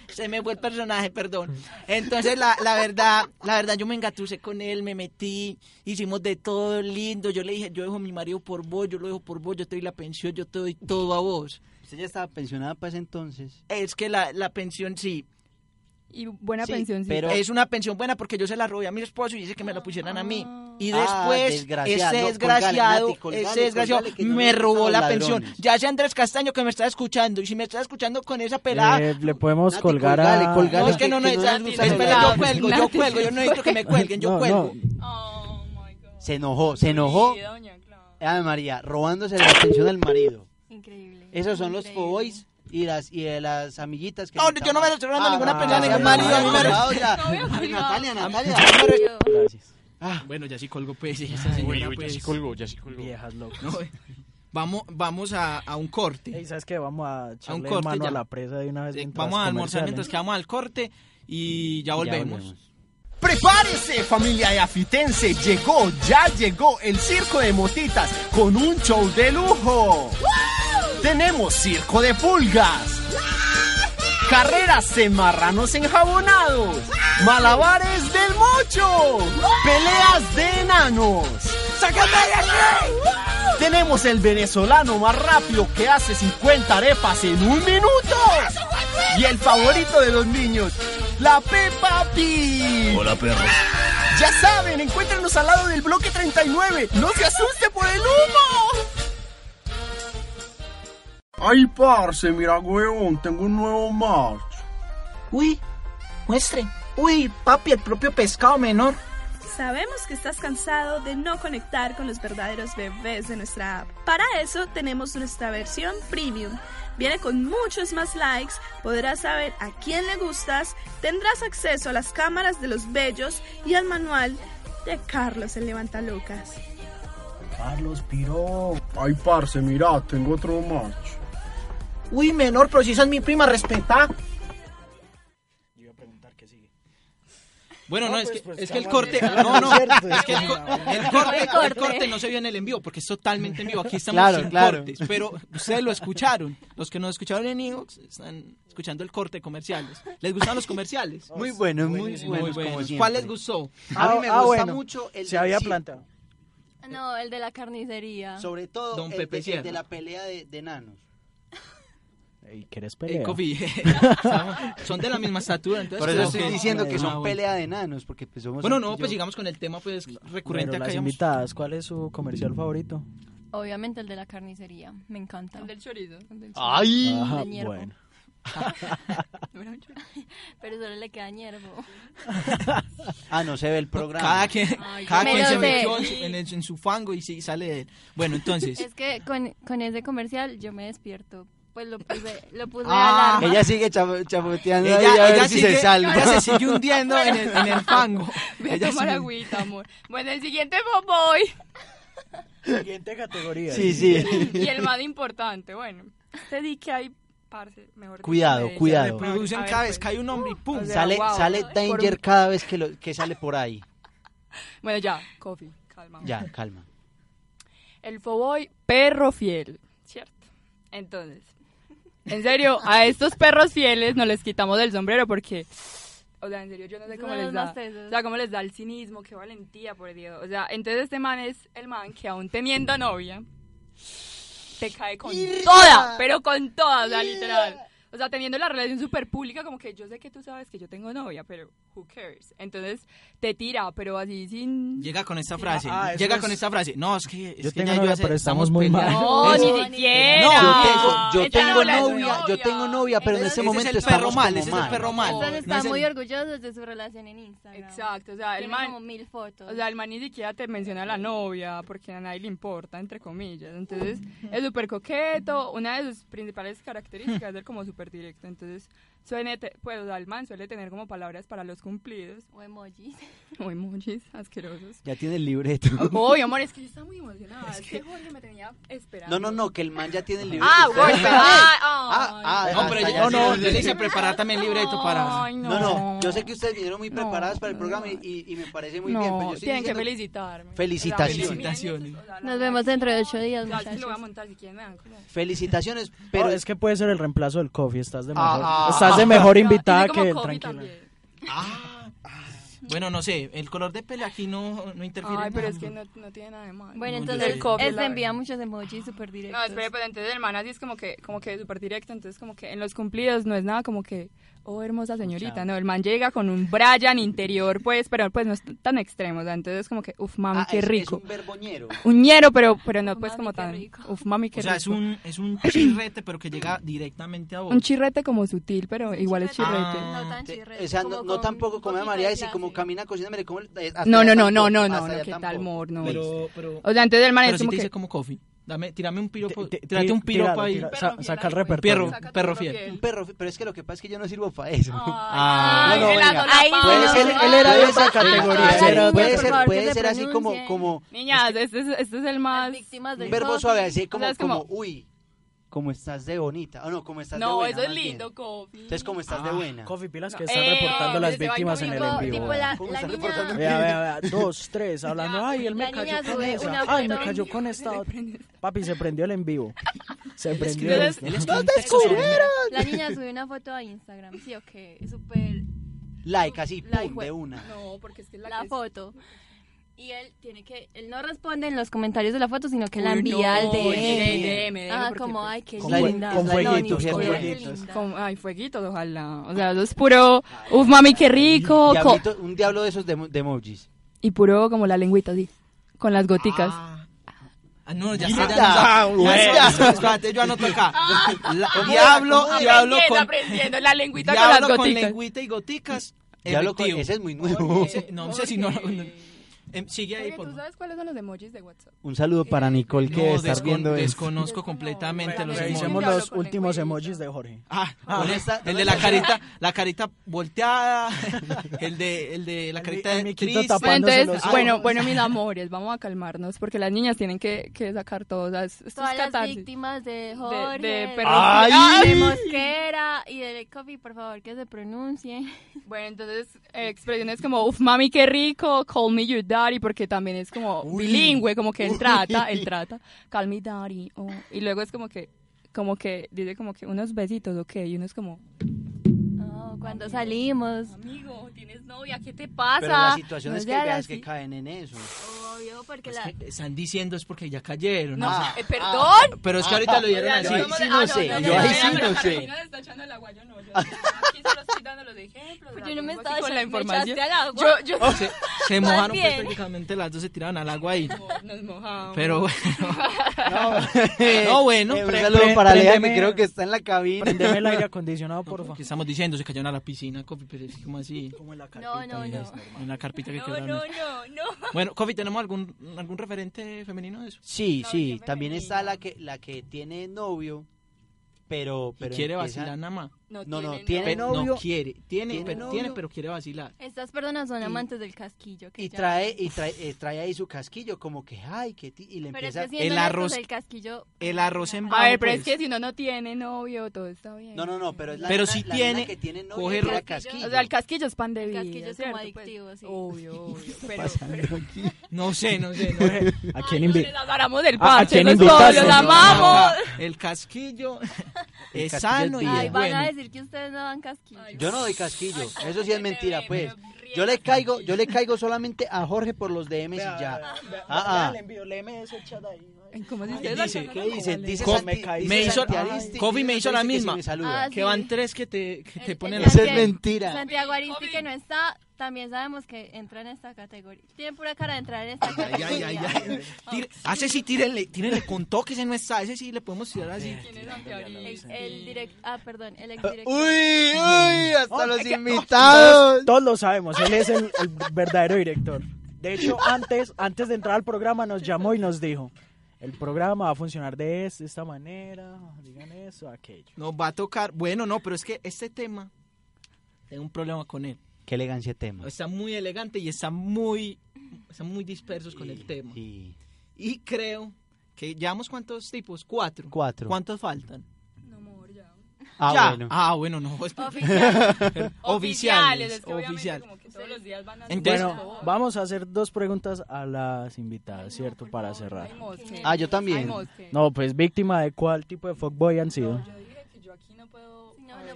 Speaker 2: Se me fue el personaje, perdón. Entonces, la, la verdad, la verdad, yo me engatusé con él, me metí, hicimos de todo lindo. Yo le dije, yo dejo mi marido por vos, yo lo dejo por vos, yo te doy la pensión, yo te doy todo a vos.
Speaker 7: Usted ya estaba pensionada para ese entonces.
Speaker 2: Es que la, la pensión sí.
Speaker 8: Y buena
Speaker 2: Sí,
Speaker 8: pensión, sí.
Speaker 2: Pero es una pensión buena porque yo se la robé a mi esposo y dice que me la pusieran a mí. Y
Speaker 7: Ah,
Speaker 2: después
Speaker 7: desgraciado.
Speaker 2: ese
Speaker 7: No,
Speaker 2: desgraciado,
Speaker 7: colgale, Nati, colgale,
Speaker 2: ese desgraciado
Speaker 7: colgale, que no
Speaker 2: me
Speaker 7: le gustan
Speaker 2: robó
Speaker 7: los
Speaker 2: la
Speaker 7: ladrones.
Speaker 2: pensión. Ya sea Andrés Castaño que me está escuchando y si me está escuchando con esa pelada
Speaker 5: Eh, le podemos
Speaker 2: Nati,
Speaker 5: colgar a...
Speaker 7: colgale, colgale.
Speaker 2: no, es que
Speaker 7: que-
Speaker 2: no,
Speaker 7: que no
Speaker 2: no, es-
Speaker 7: les
Speaker 2: es
Speaker 7: gustan los
Speaker 2: pelada, yo
Speaker 7: ladrones.
Speaker 2: cuelgo, yo cuelgo, yo no necesito que me cuelguen, yo
Speaker 5: No,
Speaker 2: cuelgo.
Speaker 5: no,
Speaker 8: Oh,
Speaker 7: Se enojó, se enojó. Ave María, robándose la pensión al marido.
Speaker 4: Increíble.
Speaker 7: Esos son los foboys y las y de las amiguitas que
Speaker 2: No, yo no me estoy robando ninguna pensión, ningún marido, a mí me-
Speaker 7: Ah, ya. Natalia, Natalia, a mí me-
Speaker 5: Gracias.
Speaker 12: Ah, Bueno, ya sí colgó pues. esa señora, pues.
Speaker 3: ya sí colgó.
Speaker 5: Viejas locas.
Speaker 12: No, eh, vamos vamos a, a un corte.
Speaker 5: Ey, ¿sabes qué? Vamos a echarle
Speaker 12: corte
Speaker 5: mano
Speaker 12: ya.
Speaker 5: a la presa de una vez
Speaker 12: Eh,
Speaker 5: mientras
Speaker 12: Vamos a almorzar
Speaker 5: comerciales.
Speaker 12: mientras que vamos al corte y ya volvemos.
Speaker 10: Prepárese familia de Afitense, llegó, ya llegó el Circo de Motitas con un show de lujo. Tenemos Circo de Pulgas, carreras de marranos enjabonados, malabares del mocho, peleas de enanos. ¡Sácate de aquí! Tenemos el venezolano más rápido que hace 50 arepas en un minuto. Y el favorito de los niños, la Peppa Pig.
Speaker 13: Hola, perros.
Speaker 10: Ya saben, encuéntrenos al lado del bloque 39. No se asuste por el humo.
Speaker 13: Ay, parce, mira, weón, tengo un nuevo match.
Speaker 2: Uy, muestre. Uy, papi, el propio pescado menor.
Speaker 14: Sabemos que estás cansado de no conectar con los verdaderos bebés de nuestra app. Para eso tenemos nuestra versión premium. Viene con muchos más likes, podrás saber a quién le gustas, tendrás acceso a las cámaras de los bellos y al manual de Carlos el Levantalucas.
Speaker 13: Carlos Piro. Ay, parce, mira, tengo otro match.
Speaker 2: Uy, menor, pero si esa es mi prima, respeta.
Speaker 12: Bueno, no,
Speaker 2: No,
Speaker 12: es
Speaker 2: pues,
Speaker 12: que,
Speaker 2: pues,
Speaker 12: es que el
Speaker 2: estamos
Speaker 12: corte,
Speaker 2: bien.
Speaker 12: no, no,
Speaker 2: [laughs] Cierto,
Speaker 12: es que el, co- el corte, el corte no se vio en el envío, porque es totalmente en vivo, aquí estamos
Speaker 7: Claro,
Speaker 12: sin
Speaker 7: claro.
Speaker 12: cortes, pero ustedes lo escucharon, los que no escucharon en Evox están escuchando el corte de comerciales, ¿les gustaron los
Speaker 2: [laughs]
Speaker 12: comerciales?
Speaker 7: Muy buenos, muy buenos, como siempre.
Speaker 12: ¿cuál
Speaker 2: Ah,
Speaker 12: les gustó?
Speaker 7: A mí me gusta
Speaker 5: bueno,
Speaker 7: mucho el
Speaker 5: se
Speaker 7: del
Speaker 5: había
Speaker 7: circo.
Speaker 5: planteado.
Speaker 4: No, el de la carnicería.
Speaker 7: Sobre todo
Speaker 12: Don
Speaker 7: el,
Speaker 12: Pepe
Speaker 7: de, el
Speaker 12: Sierra.
Speaker 7: de la pelea de, de enanos.
Speaker 5: Ey, ¿Querés
Speaker 12: Eh,
Speaker 5: pelear?
Speaker 12: Kofi, son de la misma estatura, entonces
Speaker 7: Por eso
Speaker 12: creo
Speaker 7: estoy
Speaker 12: que-
Speaker 7: diciendo que
Speaker 12: Ah,
Speaker 7: son
Speaker 12: bueno.
Speaker 7: pelea de enanos, porque pues somos...
Speaker 12: Bueno,
Speaker 7: tú
Speaker 12: no,
Speaker 7: y
Speaker 12: pues
Speaker 7: yo.
Speaker 12: llegamos con el tema pues
Speaker 5: Pero
Speaker 12: recurrente acá,
Speaker 5: las
Speaker 12: digamos.
Speaker 5: invitadas, ¿cuál es su comercial favorito?
Speaker 4: Obviamente el de la carnicería, me encanta. El del chorizo.
Speaker 3: Ah,
Speaker 5: ¡Ay!
Speaker 4: El
Speaker 5: Ajá,
Speaker 4: del hierbo.
Speaker 5: Ah, bueno.
Speaker 4: Pero solo le queda hierbo.
Speaker 7: Ah, no se ve el programa.
Speaker 12: Cada quien,
Speaker 4: Ay,
Speaker 12: cada
Speaker 4: me
Speaker 12: quien
Speaker 4: lo
Speaker 12: se
Speaker 4: sé.
Speaker 12: metió en su- en, el- en su fango y sí, sale de él. Bueno, entonces,
Speaker 4: Es que con, con ese comercial yo me despierto. Pues lo puse, lo puse
Speaker 7: Ah,
Speaker 4: alarma.
Speaker 7: ella sigue chapo- chapoteando
Speaker 12: Ella-
Speaker 7: ahí a ver
Speaker 12: ella
Speaker 7: si
Speaker 12: sigue-
Speaker 2: [laughs]
Speaker 7: se salva.
Speaker 12: ella se sigue hundiendo en el- en el fango.
Speaker 8: Ve
Speaker 12: Ella
Speaker 8: a tomar
Speaker 12: sí-
Speaker 8: agüita, amor. Bueno, el siguiente Boboy.
Speaker 5: Siguiente categoría.
Speaker 7: Sí, sí. [laughs]
Speaker 8: y el más importante, bueno. Te di que hay, parce, mejor dicho,
Speaker 7: Cuidado,
Speaker 8: de-
Speaker 7: cuidado. Ah,
Speaker 8: A ver,
Speaker 12: producen
Speaker 8: a ver,
Speaker 12: cada
Speaker 8: pues.
Speaker 12: vez cae un hombre y pum.
Speaker 8: O sea,
Speaker 7: Sale,
Speaker 8: wow.
Speaker 7: sale
Speaker 8: Por un-
Speaker 7: Danger cada vez que, lo, que sale por ahí.
Speaker 8: Bueno, ya, coffee, calma.
Speaker 7: Ya, calma.
Speaker 8: El Foboy, perro fiel. Cierto. Entonces, en serio, a estos perros fieles no les quitamos del sombrero porque, o sea, en serio, yo no sé
Speaker 4: Son
Speaker 8: cómo
Speaker 4: los
Speaker 8: les
Speaker 4: más
Speaker 8: da.
Speaker 4: tesos.
Speaker 8: O sea, cómo les da el cinismo, qué valentía, por Dios. O sea, entonces este man es el man que aún temiendo novia, te cae con toda, pero con toda, o sea, literal. O sea, teniendo la relación súper pública, como que yo sé que tú sabes que yo tengo novia, pero who cares. Entonces te tira, pero así sin.
Speaker 2: Llega con esta
Speaker 8: Ya,
Speaker 2: frase.
Speaker 8: ah, eso
Speaker 2: llega
Speaker 8: es-
Speaker 2: con esta frase. No, es que. Es
Speaker 5: Yo
Speaker 2: que
Speaker 5: tengo
Speaker 2: ya
Speaker 5: novia,
Speaker 2: hace-
Speaker 5: pero estamos muy mal.
Speaker 2: peleados.
Speaker 8: No,
Speaker 2: Eso.
Speaker 8: ni siquiera.
Speaker 2: No, yo
Speaker 7: yo
Speaker 8: Están
Speaker 7: tengo
Speaker 8: hablando de
Speaker 7: novia, yo tengo novia, pero en
Speaker 2: Entonces,
Speaker 7: ese
Speaker 2: ese
Speaker 7: momento
Speaker 2: es el
Speaker 7: estamos
Speaker 2: perro mal,
Speaker 7: como
Speaker 2: ese es el perro mal.
Speaker 4: Entonces
Speaker 2: No
Speaker 4: está
Speaker 2: es el-
Speaker 4: muy orgullosos de su relación en Instagram.
Speaker 8: Exacto, o sea, el
Speaker 4: Tiene
Speaker 8: man-
Speaker 4: como mil fotos.
Speaker 8: O sea, el man ni siquiera te menciona a la novia porque a nadie le importa, entre comillas. Entonces, es súper coqueto. Una de sus principales características es ser como súper directo. Entonces, suele te- pues, o sea, el man suele tener como palabras para los cumplidos. [laughs]
Speaker 4: O [laughs] emojis.
Speaker 8: O emojis asquerosos.
Speaker 7: Ya tiene el libreto.
Speaker 8: Oye, amor, es que yo estaba muy emocionada. Es que Jorge me tenía esperando.
Speaker 7: No, no, no, que el man ya tiene el libreto.
Speaker 8: Ah,
Speaker 7: Ustedes- [laughs]
Speaker 8: bueno, ah,
Speaker 7: Ah,
Speaker 2: No, pero
Speaker 7: hasta
Speaker 2: yo,
Speaker 7: ya
Speaker 2: no, no,
Speaker 7: se-
Speaker 2: yo le hice preparar también libreto para.
Speaker 8: Ay,
Speaker 7: No, no, yo sé que ustedes vinieron muy preparados para el programa y, y- y me parece muy
Speaker 8: No,
Speaker 7: bien. pero yo estoy
Speaker 8: tienen que
Speaker 7: diciendo-
Speaker 8: felicitarme.
Speaker 7: Felicitaciones.
Speaker 2: Felicitaciones.
Speaker 4: Nos vemos dentro de ocho días,
Speaker 8: Yo aquí
Speaker 4: muchachos.
Speaker 8: lo voy a montar si quieren, me dan como...
Speaker 7: Felicitaciones,
Speaker 5: Pero
Speaker 7: pero
Speaker 5: Oh, es que puede ser el reemplazo del coffee, estás de
Speaker 7: Ah,
Speaker 5: mejor,
Speaker 7: ah,
Speaker 5: estás de
Speaker 7: ah,
Speaker 5: mejor
Speaker 7: ah,
Speaker 5: invitada
Speaker 8: Dile como
Speaker 5: que
Speaker 8: Kobe
Speaker 5: tranquila.
Speaker 8: también.
Speaker 2: Bueno, no sé, el color de pelo aquí no, no interfiere.
Speaker 8: Ay,
Speaker 2: en
Speaker 8: pero
Speaker 2: nada.
Speaker 8: es que no, no tiene nada de malo.
Speaker 4: Bueno,
Speaker 2: No, yo
Speaker 4: entonces
Speaker 2: sé.
Speaker 8: Copia
Speaker 4: él
Speaker 8: la
Speaker 4: se envía
Speaker 8: vaina.
Speaker 4: muchos emojis súper directos.
Speaker 8: No, espere, pero entonces el man así es como que, como que súper directo, entonces como que en los cumplidos no es nada como que, oh, hermosa señorita, no, el man llega con un Brian interior, pues, pero pues no es tan extremo, o sea, entonces como que, uf, mami,
Speaker 7: Ah,
Speaker 8: qué
Speaker 7: es- es
Speaker 8: rico.
Speaker 7: un verboñero.
Speaker 8: Un ñero, pero, pero no, pues
Speaker 4: mami,
Speaker 8: como
Speaker 4: qué
Speaker 8: tan,
Speaker 4: rico.
Speaker 8: uf, mami, qué
Speaker 2: O sea, es
Speaker 8: rico.
Speaker 2: un, es un [clears throat] chirrete, pero que llega directamente a vos.
Speaker 8: Un chirrete como sutil, pero igual
Speaker 4: pues,
Speaker 8: es chirrete.
Speaker 2: Ah,
Speaker 4: No tan
Speaker 7: te-
Speaker 4: chirrete,
Speaker 7: o sea, no,
Speaker 4: como
Speaker 7: no
Speaker 4: con
Speaker 7: tampoco come a
Speaker 4: poquito
Speaker 7: María
Speaker 4: de
Speaker 7: y si como
Speaker 4: clase.
Speaker 7: camina cocina, me le come. eh, hasta
Speaker 8: No,
Speaker 7: allá
Speaker 8: no, no,
Speaker 7: tampoco,
Speaker 8: no, no, no,
Speaker 7: hasta
Speaker 8: no,
Speaker 7: allá
Speaker 8: ¿qué tal,
Speaker 7: tampoco.
Speaker 8: amor? No.
Speaker 2: Pero, pero.
Speaker 8: O sea, entonces el man
Speaker 2: pero
Speaker 8: es
Speaker 2: si
Speaker 8: como
Speaker 2: te
Speaker 8: que-
Speaker 2: dice como coffee. Dame, tírame un piropo.
Speaker 5: Te- te-
Speaker 2: tírate un
Speaker 5: tira- tíralo,
Speaker 2: piropo ahí.
Speaker 5: tira, sa- saca el repertorio.
Speaker 2: Perro, perro fiel.
Speaker 7: Un perro, pero es que lo que pasa es que yo no sirvo para eso. [laughs] Ah,
Speaker 2: Ay,
Speaker 7: No, no,
Speaker 8: se la
Speaker 7: venga.
Speaker 8: solapa. Ay,
Speaker 7: Puede
Speaker 8: no,
Speaker 7: ser-
Speaker 8: no, él era de
Speaker 7: puede
Speaker 8: esa
Speaker 7: ser-
Speaker 8: categoría.
Speaker 7: puede ser-
Speaker 8: Era-
Speaker 7: Puede
Speaker 8: por
Speaker 7: ser,
Speaker 8: favor,
Speaker 7: puede
Speaker 8: que se
Speaker 7: ser así como,
Speaker 4: pronuncien.
Speaker 7: como
Speaker 8: Niñas, este, es, este es el más...
Speaker 4: víctimas
Speaker 7: un
Speaker 4: del
Speaker 7: verbo
Speaker 4: coffee.
Speaker 7: suave, así
Speaker 8: O sea,
Speaker 7: como,
Speaker 8: es como-
Speaker 7: como, uy, como estás de bonita. O no, como estás de
Speaker 8: No,
Speaker 7: buena.
Speaker 8: eso es
Speaker 7: más bien.
Speaker 8: lindo, Kobe.
Speaker 7: Entonces, como estás de buena.
Speaker 5: Coffee, pilas que
Speaker 8: No,
Speaker 5: están
Speaker 8: eh,
Speaker 5: reportando las
Speaker 8: se va
Speaker 5: víctimas en el
Speaker 4: Tipo,
Speaker 5: en vivo.
Speaker 4: tipo la,
Speaker 7: ¿Cómo
Speaker 4: la
Speaker 7: estás
Speaker 4: niña...
Speaker 7: reportando?
Speaker 5: Vea, vea,
Speaker 4: [laughs]
Speaker 5: vea, dos, tres, hablando, ay, él me
Speaker 4: La
Speaker 5: cayó
Speaker 4: niña
Speaker 5: con
Speaker 4: sube
Speaker 5: esa,
Speaker 4: una
Speaker 5: ay, me
Speaker 4: foto. [laughs]
Speaker 5: cayó con esta otra. Papi, se prendió el en vivo, se prendió.
Speaker 8: escribió-
Speaker 5: esto.
Speaker 2: Él es
Speaker 7: ¡No
Speaker 2: un
Speaker 7: te
Speaker 2: texto sobre-
Speaker 7: escupieron!
Speaker 4: La niña subió una foto a Instagram, sí o qué, súper
Speaker 7: Like, así,
Speaker 4: Like,
Speaker 7: pum,
Speaker 4: güey.
Speaker 7: de una.
Speaker 8: No, porque es que es la,
Speaker 4: la
Speaker 8: que es-
Speaker 4: foto. Y él tiene que, él no responde en los comentarios de la foto, sino que la
Speaker 8: Uy, no,
Speaker 4: envía al
Speaker 8: el
Speaker 4: DM.
Speaker 8: DM,
Speaker 4: Ah,
Speaker 8: porque-
Speaker 4: como, ay, qué
Speaker 7: Con fue-
Speaker 4: linda.
Speaker 7: con
Speaker 4: No,
Speaker 7: fueguitos,
Speaker 4: ni
Speaker 7: con
Speaker 4: siquiera, qué
Speaker 7: fueguitos.
Speaker 4: linda.
Speaker 8: Como- ay, fueguitos, ojalá. O sea, eso es puro. Uf, mami, qué rico. co-
Speaker 7: Diablito- un diablo de esos de, de emojis.
Speaker 8: y puro como la lengüita, así. Con las goticas.
Speaker 2: Ah, Ah, no, ya
Speaker 7: Grita.
Speaker 2: está. Ya, no- ya,
Speaker 7: Ah, bueno.
Speaker 2: eso- espérate, yo anoto acá. La- diablo, diablo con.
Speaker 8: aprendiendo la lengüita con las
Speaker 2: Diablo con
Speaker 8: goticas.
Speaker 2: lengüita y goticas.
Speaker 7: Diablo con-
Speaker 2: efectivo.
Speaker 7: ese es muy nuevo.
Speaker 2: Ese- No sé si no. no- em, Sigue ahí,
Speaker 8: Oye,
Speaker 2: por
Speaker 8: ¿tú
Speaker 2: favor.
Speaker 8: sabes cuáles son los emojis de WhatsApp?
Speaker 7: Un saludo para Nicole que
Speaker 2: No,
Speaker 7: debe estar
Speaker 2: descon-
Speaker 7: viendo esto.
Speaker 2: desconozco completamente los
Speaker 5: Revisemos
Speaker 2: emojis.
Speaker 8: Diablo
Speaker 5: los
Speaker 8: con
Speaker 5: últimos
Speaker 8: lengüita.
Speaker 5: emojis de Jorge.
Speaker 2: Ah,
Speaker 5: Ah.
Speaker 2: el- el de la carita, la carita volteada, [laughs] el de, el de la
Speaker 5: El
Speaker 2: carita
Speaker 5: mi- el
Speaker 2: de
Speaker 5: miquito
Speaker 2: triste.
Speaker 5: tapado.
Speaker 8: Bueno,
Speaker 5: Tapándose
Speaker 8: entonces,
Speaker 2: Ah,
Speaker 5: los
Speaker 8: bueno,
Speaker 5: ojos.
Speaker 8: bueno, mis amores, vamos a calmarnos porque las niñas tienen que, que sacar todas. Esto es
Speaker 4: Todas las
Speaker 8: catarsis.
Speaker 4: víctimas de Jorge,
Speaker 8: de
Speaker 4: de,
Speaker 8: perros. ¡Ay!
Speaker 4: Mosquera y de Coffee, por favor, que se pronuncie.
Speaker 8: Bueno, entonces, eh, expresiones como, uff, mami, qué rico, call me your daddy, porque también es como bilingüe, como que él
Speaker 7: [laughs]
Speaker 8: trata, él trata, call me daddy, oh. y luego es como que, como que, dice como que unos besitos, ok, y uno es como,
Speaker 4: Oh, cuando salimos.
Speaker 8: amigo, tienes novia, ¿qué te
Speaker 7: Pero las
Speaker 8: pasa?
Speaker 7: situaciones
Speaker 8: No
Speaker 7: que
Speaker 8: seas
Speaker 7: veas
Speaker 8: así.
Speaker 7: que caen en eso.
Speaker 4: Obvio, porque la...
Speaker 2: Están diciendo es porque ya cayeron.
Speaker 8: No,
Speaker 2: o sea,
Speaker 7: Ah.
Speaker 8: eh, perdón.
Speaker 2: pero es
Speaker 4: Ah,
Speaker 2: que ahorita lo dieron
Speaker 8: Yo ahí
Speaker 2: así.
Speaker 8: sí
Speaker 7: no sé, yo ahí sí no sé.
Speaker 4: Pues yo no me estaba echando- me echaste al agua.
Speaker 8: Yo, yo,
Speaker 2: Oh, Se, se mojaron pues,
Speaker 4: bien.
Speaker 2: prácticamente las dos se tiraron al agua ahí.
Speaker 7: Oh.
Speaker 8: nos mojamos.
Speaker 2: Pero bueno,
Speaker 4: [laughs]
Speaker 7: [laughs] No,
Speaker 2: bueno,
Speaker 7: Eh, un
Speaker 2: pre-
Speaker 7: saludo
Speaker 5: pre-
Speaker 7: para Lea que
Speaker 5: préndeme-
Speaker 7: creo que está en la cabina.
Speaker 5: Prendeme el aire acondicionado, por favor.
Speaker 2: ¿qué estamos diciendo? Se cayeron a la piscina, Coffee, pero es como así.
Speaker 5: Como en la
Speaker 4: No,
Speaker 5: carpita.
Speaker 4: no, no.
Speaker 2: En la carpita que
Speaker 8: No,
Speaker 2: quebraron.
Speaker 8: no, no, no.
Speaker 2: Bueno, Coffee, ¿tenemos algún, algún referente femenino de eso?
Speaker 7: Sí,
Speaker 8: No,
Speaker 7: sí,
Speaker 8: siempre
Speaker 7: también
Speaker 8: femenina.
Speaker 7: está la que la que tiene novio, pero
Speaker 2: Y
Speaker 7: pero
Speaker 2: quiere
Speaker 7: empieza-
Speaker 2: vacilar nada más.
Speaker 7: No, no,
Speaker 8: tiene
Speaker 7: tiene
Speaker 2: Pero
Speaker 7: novio
Speaker 2: no quiere. Tiene,
Speaker 7: Tiene
Speaker 2: pero,
Speaker 7: novio.
Speaker 2: tiene, pero quiere vacilar.
Speaker 4: Estas personas son amantes del casquillo. Que
Speaker 7: y
Speaker 4: ya-
Speaker 7: trae y trae, eh, trae ahí su casquillo como que ay, que ti- y le
Speaker 4: Pero es
Speaker 7: empieza
Speaker 4: que siendo
Speaker 2: el
Speaker 4: honestos,
Speaker 2: arroz-
Speaker 4: El casquillo...
Speaker 2: el arroz en
Speaker 8: A
Speaker 2: Vamos,
Speaker 8: ver, pero es
Speaker 2: pues.
Speaker 8: que si uno no tiene novio, todo está bien.
Speaker 7: No, no, no, pero es la
Speaker 2: Pero
Speaker 7: nena-
Speaker 2: si
Speaker 7: la nena
Speaker 2: tiene,
Speaker 7: que tiene novio
Speaker 2: coge
Speaker 7: y trae
Speaker 2: ro-
Speaker 7: casquillo.
Speaker 8: O sea, el casquillo es pan de
Speaker 4: El
Speaker 8: vida.
Speaker 4: casquillo es como
Speaker 8: ¿cierto? Pues,
Speaker 4: adictivo, sí.
Speaker 8: Obvio,
Speaker 4: [laughs]
Speaker 8: obvio. Pero,
Speaker 2: No sé, no sé. no sé.
Speaker 5: ¿A quién
Speaker 8: pero
Speaker 5: invita?
Speaker 8: les adoramos del
Speaker 5: ¿A- a
Speaker 8: parche,
Speaker 5: quién
Speaker 8: los
Speaker 5: invitaste?
Speaker 8: todos los amamos.
Speaker 2: El casquillo
Speaker 7: El
Speaker 2: [laughs] es
Speaker 7: casquillo
Speaker 2: sano
Speaker 7: es
Speaker 2: y
Speaker 7: vida.
Speaker 4: Ay,
Speaker 2: es
Speaker 4: van a
Speaker 2: bueno.
Speaker 4: decir que ustedes no dan casquillo.
Speaker 7: Yo no doy casquillo,
Speaker 8: Ay,
Speaker 7: eso sí es
Speaker 8: te
Speaker 7: mentira,
Speaker 8: ve,
Speaker 7: pues.
Speaker 8: pero ríe
Speaker 7: Yo le
Speaker 8: más
Speaker 7: caigo, yo le caigo solamente a Jorge por los DMs y ya. Ah, ah.
Speaker 5: envío, léeme ese chat ahí.
Speaker 8: ¿Cómo se
Speaker 2: ¿Qué dice? ¿Qué dice? Dice
Speaker 7: Co-
Speaker 2: Santi-
Speaker 7: me
Speaker 2: me
Speaker 7: hizo-
Speaker 2: hizo,
Speaker 7: Santiaristi,
Speaker 2: Coffee me hizo
Speaker 7: dice
Speaker 2: la
Speaker 7: que sí
Speaker 2: misma.
Speaker 7: me saluda.
Speaker 4: Ah,
Speaker 2: que
Speaker 4: sí.
Speaker 2: van tres que te, que te ponen
Speaker 4: El
Speaker 2: la
Speaker 4: Santiago- Santiago Arinti, que no está, también sabemos que entra en esta categoría. Tiene pura cara de entrar en esta categoría.
Speaker 2: Ay, ay, ay. Tire- ah, ese sí, tírenle, tírenle con toque, ese no está, ese sí le podemos tirar así.
Speaker 4: El, el direct, ah, perdón, el exdirector.
Speaker 7: Uy, uy, hasta los Ah.
Speaker 5: Todos, todos lo sabemos, él es el, el verdadero director. De hecho, antes, antes de entrar al programa nos llamó y nos dijo, el programa va a funcionar de es- esta manera, digan eso, aquello.
Speaker 2: Nos va a tocar. Bueno, no, pero es que este tema, tengo un problema con él.
Speaker 6: Qué elegancia tema.
Speaker 2: Está muy elegante y está muy, están muy dispersos con el tema.
Speaker 6: Y,
Speaker 2: creo que llevamos cuántos tipos, cuatro.
Speaker 6: Cuatro.
Speaker 2: ¿Cuántos faltan?
Speaker 6: Ah,
Speaker 2: Ya.
Speaker 6: bueno.
Speaker 2: Ah, bueno, no. es-
Speaker 8: Oficiales.
Speaker 2: [laughs] Oficiales,
Speaker 8: es que obviamente
Speaker 2: oficial.
Speaker 8: como que todos los días van a
Speaker 2: Entonces-
Speaker 5: bueno, vamos a hacer dos preguntas a las invitadas, ¿cierto? Para cerrar.
Speaker 8: mosque.
Speaker 7: Ah, yo también.
Speaker 8: Ay, mosque.
Speaker 5: No, pues víctima de cuál tipo de fuckboy han sido.
Speaker 8: A ver,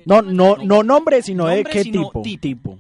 Speaker 5: No, no, no nombre, sino de
Speaker 8: Nombre,
Speaker 5: qué
Speaker 8: sino
Speaker 5: tipo.
Speaker 8: tipo.
Speaker 5: Tipo.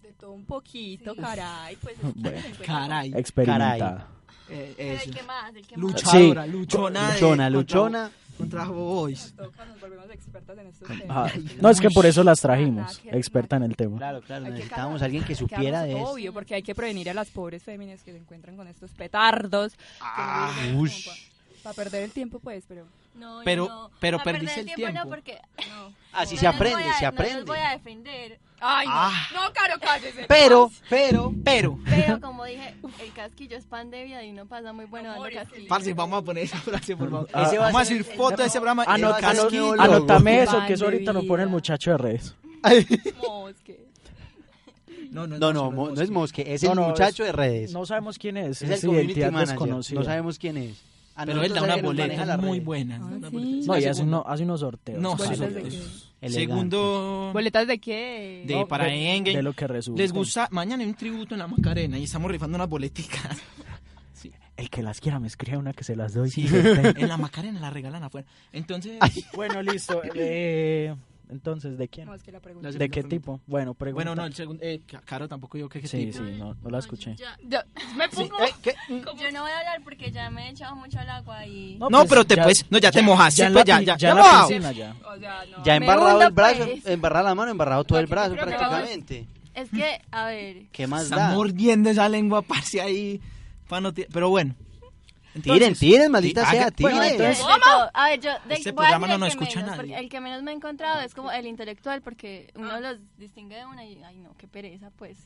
Speaker 8: De todo un poquito, caray. Pues,
Speaker 5: Bueno.
Speaker 2: Caray.
Speaker 5: Experimentada.
Speaker 2: Eh,
Speaker 8: Pero el
Speaker 2: eso.
Speaker 8: que más, el que más.
Speaker 2: Luchadora, luchona. eh.
Speaker 5: Sí.
Speaker 2: de-
Speaker 5: Luchona,
Speaker 2: contra-
Speaker 5: luchona.
Speaker 2: Contra boys.
Speaker 8: nos volvemos expertas en estos
Speaker 5: Ah,
Speaker 8: temas.
Speaker 5: no, es que por eso las trajimos, experta en el tema.
Speaker 7: Claro, claro,
Speaker 8: Necesitábamos
Speaker 7: necesitábamos a alguien que supiera de eso.
Speaker 8: Obvio, porque hay que prevenir a las pobres féminas que se encuentran con estos petardos. Para perder el tiempo, pues, pero...
Speaker 4: No, yo
Speaker 2: Pero-
Speaker 4: no.
Speaker 2: pero
Speaker 4: Pa' perder
Speaker 2: perdiste el
Speaker 4: No,
Speaker 2: tiempo. Ah,
Speaker 4: porque... No.
Speaker 7: Así
Speaker 4: No
Speaker 7: se
Speaker 4: los
Speaker 7: aprende,
Speaker 4: voy a-
Speaker 7: se
Speaker 4: No
Speaker 7: aprende.
Speaker 4: los voy a defender.
Speaker 8: Ay, no.
Speaker 7: Ah.
Speaker 8: No, Caro, cállese.
Speaker 7: Pero, pero,
Speaker 2: pero. [laughs]
Speaker 4: Pero como dije, el casquillo es pan de vida y no pasa muy bueno dando casquillo.
Speaker 2: Parce, vamos a poner esa frase, por favor.
Speaker 5: Ah. Ese va a eh,
Speaker 2: vamos a
Speaker 5: ser
Speaker 2: hacer foto de ese programa.
Speaker 7: Ah,
Speaker 5: Ano-
Speaker 2: el
Speaker 5: ano-
Speaker 2: casquillo.
Speaker 5: anótame eso, que eso ahorita lo pone el muchacho de redes.
Speaker 2: No, no,
Speaker 7: No, no, mo- no es Mosque, es el
Speaker 5: No, no,
Speaker 7: muchacho
Speaker 5: es-
Speaker 7: de redes.
Speaker 5: No sabemos quién es.
Speaker 7: Es el
Speaker 5: su
Speaker 7: community
Speaker 5: identidad
Speaker 7: manager,
Speaker 5: desconocida.
Speaker 7: no sabemos quién es. Ah, A
Speaker 2: Pero él
Speaker 7: nosotros
Speaker 2: da
Speaker 7: es
Speaker 2: unas
Speaker 7: el que nos maneja
Speaker 2: boletas
Speaker 7: las
Speaker 2: muy
Speaker 7: redes.
Speaker 2: buenas.
Speaker 5: No, y hace, uno- hace unos sorteos.
Speaker 2: pues, No,
Speaker 5: Claro.
Speaker 2: sí, sorteos. Segundo.
Speaker 8: ¿Boletas de qué?
Speaker 2: De para Engen.
Speaker 5: de lo que resulta.
Speaker 2: Les gusta. Mañana hay un tributo en la Macarena y estamos rifando unas boleticas.
Speaker 5: El que las quiera me escribe una que se las doy. [laughs]
Speaker 2: [laughs] en la Macarena la regalan afuera. Entonces.
Speaker 5: bueno, listo. Eh, entonces, ¿de quién?
Speaker 8: No, es que la pregunta-
Speaker 5: ¿De qué tipo? Bueno, pregunta.
Speaker 2: Bueno, no, el segundo. eh, Ca- Caro tampoco yo que que
Speaker 5: Sí,
Speaker 2: tipo.
Speaker 5: sí, no, no la escuché.
Speaker 8: me
Speaker 4: pongo...
Speaker 2: eh,
Speaker 4: Yo no voy a hablar porque ya me he echado mucho al agua y...
Speaker 2: No, pero te puedes. No, ya te mojaste.
Speaker 5: pues, ya
Speaker 2: pues, ya,
Speaker 5: en la pi-
Speaker 2: ya,
Speaker 5: ya
Speaker 2: ya
Speaker 5: en la
Speaker 2: mojado.
Speaker 5: piscina, ya.
Speaker 7: Ya
Speaker 4: Me
Speaker 7: embarrado
Speaker 4: hundo,
Speaker 7: el brazo,
Speaker 4: pues.
Speaker 7: embarrada la mano, embarrado todo el brazo
Speaker 4: creo que
Speaker 7: prácticamente.
Speaker 4: Es que, a ver...
Speaker 7: ¿Qué más
Speaker 2: Está
Speaker 7: da?
Speaker 2: mordiendo esa lengua, parce, ahí. pa' no ti- pero bueno.
Speaker 7: Tiren, tiren, maldita
Speaker 2: Ti-
Speaker 7: sea,
Speaker 2: haga-
Speaker 7: tiren.
Speaker 2: Bueno,
Speaker 4: Yo-
Speaker 2: Pues entonces-
Speaker 4: yo- yo- a ver, yo de,
Speaker 2: Este
Speaker 4: voy a
Speaker 2: programa
Speaker 4: decir
Speaker 2: no
Speaker 4: el
Speaker 2: nos
Speaker 4: que
Speaker 2: escucha
Speaker 4: menos,
Speaker 2: nadie.
Speaker 4: porque el que menos me he encontrado es como el intelectual, porque uno los distingue de una y, ay no, qué pereza, pues.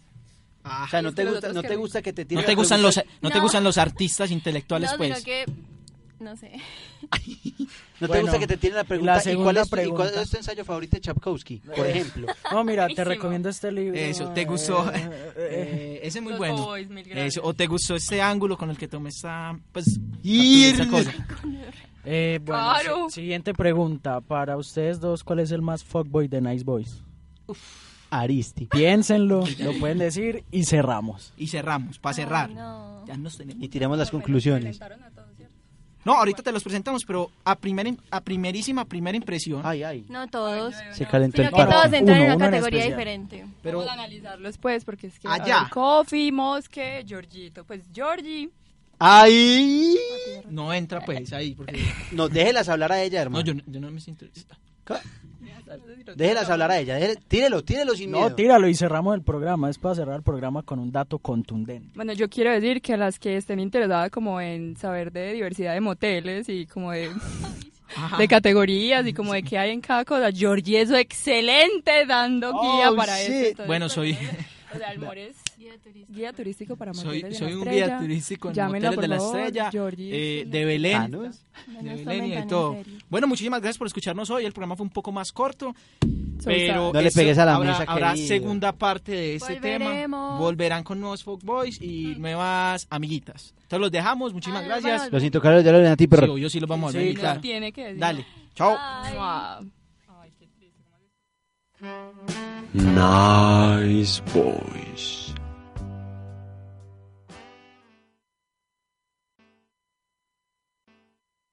Speaker 7: O
Speaker 2: ah,
Speaker 7: sea, no te
Speaker 4: Los
Speaker 7: gusta,
Speaker 4: otros
Speaker 7: no
Speaker 4: que
Speaker 7: te
Speaker 4: vi.
Speaker 7: gusta que te tiren.
Speaker 2: No te gustan los, no te
Speaker 4: No.
Speaker 2: gustan los artistas intelectuales,
Speaker 4: no,
Speaker 2: pues.
Speaker 4: sino que, no sé.
Speaker 7: No te
Speaker 5: Bueno,
Speaker 7: gusta que te tiren
Speaker 5: y
Speaker 7: la
Speaker 5: la
Speaker 7: pregunta. ¿Y, cuál
Speaker 5: segunda
Speaker 7: es, tu- y cuál
Speaker 5: pregunta?
Speaker 7: es tu ensayo favorito de Chapkowski, por
Speaker 5: Eh,
Speaker 7: ejemplo?
Speaker 5: No, mira, te recomiendo este libro.
Speaker 2: Eso, te gustó.
Speaker 5: Eh, eh,
Speaker 2: Eh, ese es muy
Speaker 8: Los
Speaker 2: bueno.
Speaker 8: Boys, mil gracias.
Speaker 2: Eso, Eh, o te gustó este ángulo con el que tomé esa. Pues.
Speaker 7: Ir.
Speaker 2: esa cosa.
Speaker 5: eh, bueno,
Speaker 8: Claro.
Speaker 5: si- siguiente pregunta. Para ustedes dos, ¿cuál es el más fuckboy de Nice Boys?
Speaker 6: Aristi.
Speaker 5: Piénsenlo, lo pueden decir y cerramos.
Speaker 2: Y cerramos, para cerrar.
Speaker 4: no.
Speaker 2: Ya nos tenemos.
Speaker 6: Y tiramos las conclusiones.
Speaker 2: No, ahorita te los presentamos, pero a, primera im- a primerísima, primera impresión.
Speaker 7: Ay, ay.
Speaker 4: No todos,
Speaker 6: Se calentó
Speaker 4: sino
Speaker 6: el
Speaker 4: que
Speaker 6: paro.
Speaker 4: todos entran
Speaker 5: Uno,
Speaker 4: en
Speaker 5: uno
Speaker 4: una
Speaker 5: en
Speaker 4: categoría
Speaker 5: especial.
Speaker 4: diferente.
Speaker 2: Pero Ah,
Speaker 8: Vamos a analizarlos, pues, porque es que... a
Speaker 2: Allá.
Speaker 8: ver, Coffee, Mosque, Georgito. Pues, Georgie...
Speaker 7: ¡Ay!
Speaker 2: no entra, pues, ahí. Porque...
Speaker 7: No, déjelas hablar a ella,
Speaker 2: No,
Speaker 7: hermano.
Speaker 2: yo, no- yo no me siento.
Speaker 7: Déjelas hablar a ella. déjele- Tírelo, tírelo sin miedo.
Speaker 5: No, tíralo y cerramos el programa. Es para cerrar el programa con un dato contundente.
Speaker 8: Bueno, yo quiero decir que las que estén interesadas como en saber de diversidad de moteles y
Speaker 2: [laughs]
Speaker 8: como de, de categorías y como de qué hay en cada cosa, Georgie es excelente dando guía para eso. Entonces,
Speaker 2: Oh,
Speaker 8: pues,
Speaker 2: Bueno, soy,
Speaker 8: o sea, el Mores, guía turístico para
Speaker 2: [laughs]
Speaker 8: moteles
Speaker 2: soy,
Speaker 8: de
Speaker 2: soy
Speaker 8: la
Speaker 2: un
Speaker 8: estrella.
Speaker 2: guía turístico en
Speaker 8: Llámenla,
Speaker 2: Moteles de la
Speaker 8: por favor,
Speaker 2: Estrella,
Speaker 8: Georgie,
Speaker 2: eh, de Belén.
Speaker 4: No
Speaker 2: de
Speaker 4: nos
Speaker 2: Belén y
Speaker 4: tomen
Speaker 2: de
Speaker 4: tan en
Speaker 2: todo.
Speaker 4: serio.
Speaker 2: Bueno, muchísimas gracias por escucharnos hoy. El programa fue un poco más corto, pero
Speaker 7: No le
Speaker 2: eso-
Speaker 7: pegues a la
Speaker 2: habrá,
Speaker 7: mesa,
Speaker 2: habrá
Speaker 7: querido.
Speaker 2: segunda parte de este tema.
Speaker 4: Volveremos.
Speaker 2: Volverán con nuevos folk boys y nuevas amiguitas. Entonces los dejamos. Muchísimas gracias.
Speaker 7: Lo siento, Carlos, ya lo ven a ti, pero.
Speaker 2: Sí, yo sí los vamos a volver a
Speaker 5: Sí,
Speaker 2: invitar.
Speaker 5: claro.
Speaker 8: tiene que decir.
Speaker 2: Dale. Chao.
Speaker 8: Mua.
Speaker 3: Nice boys.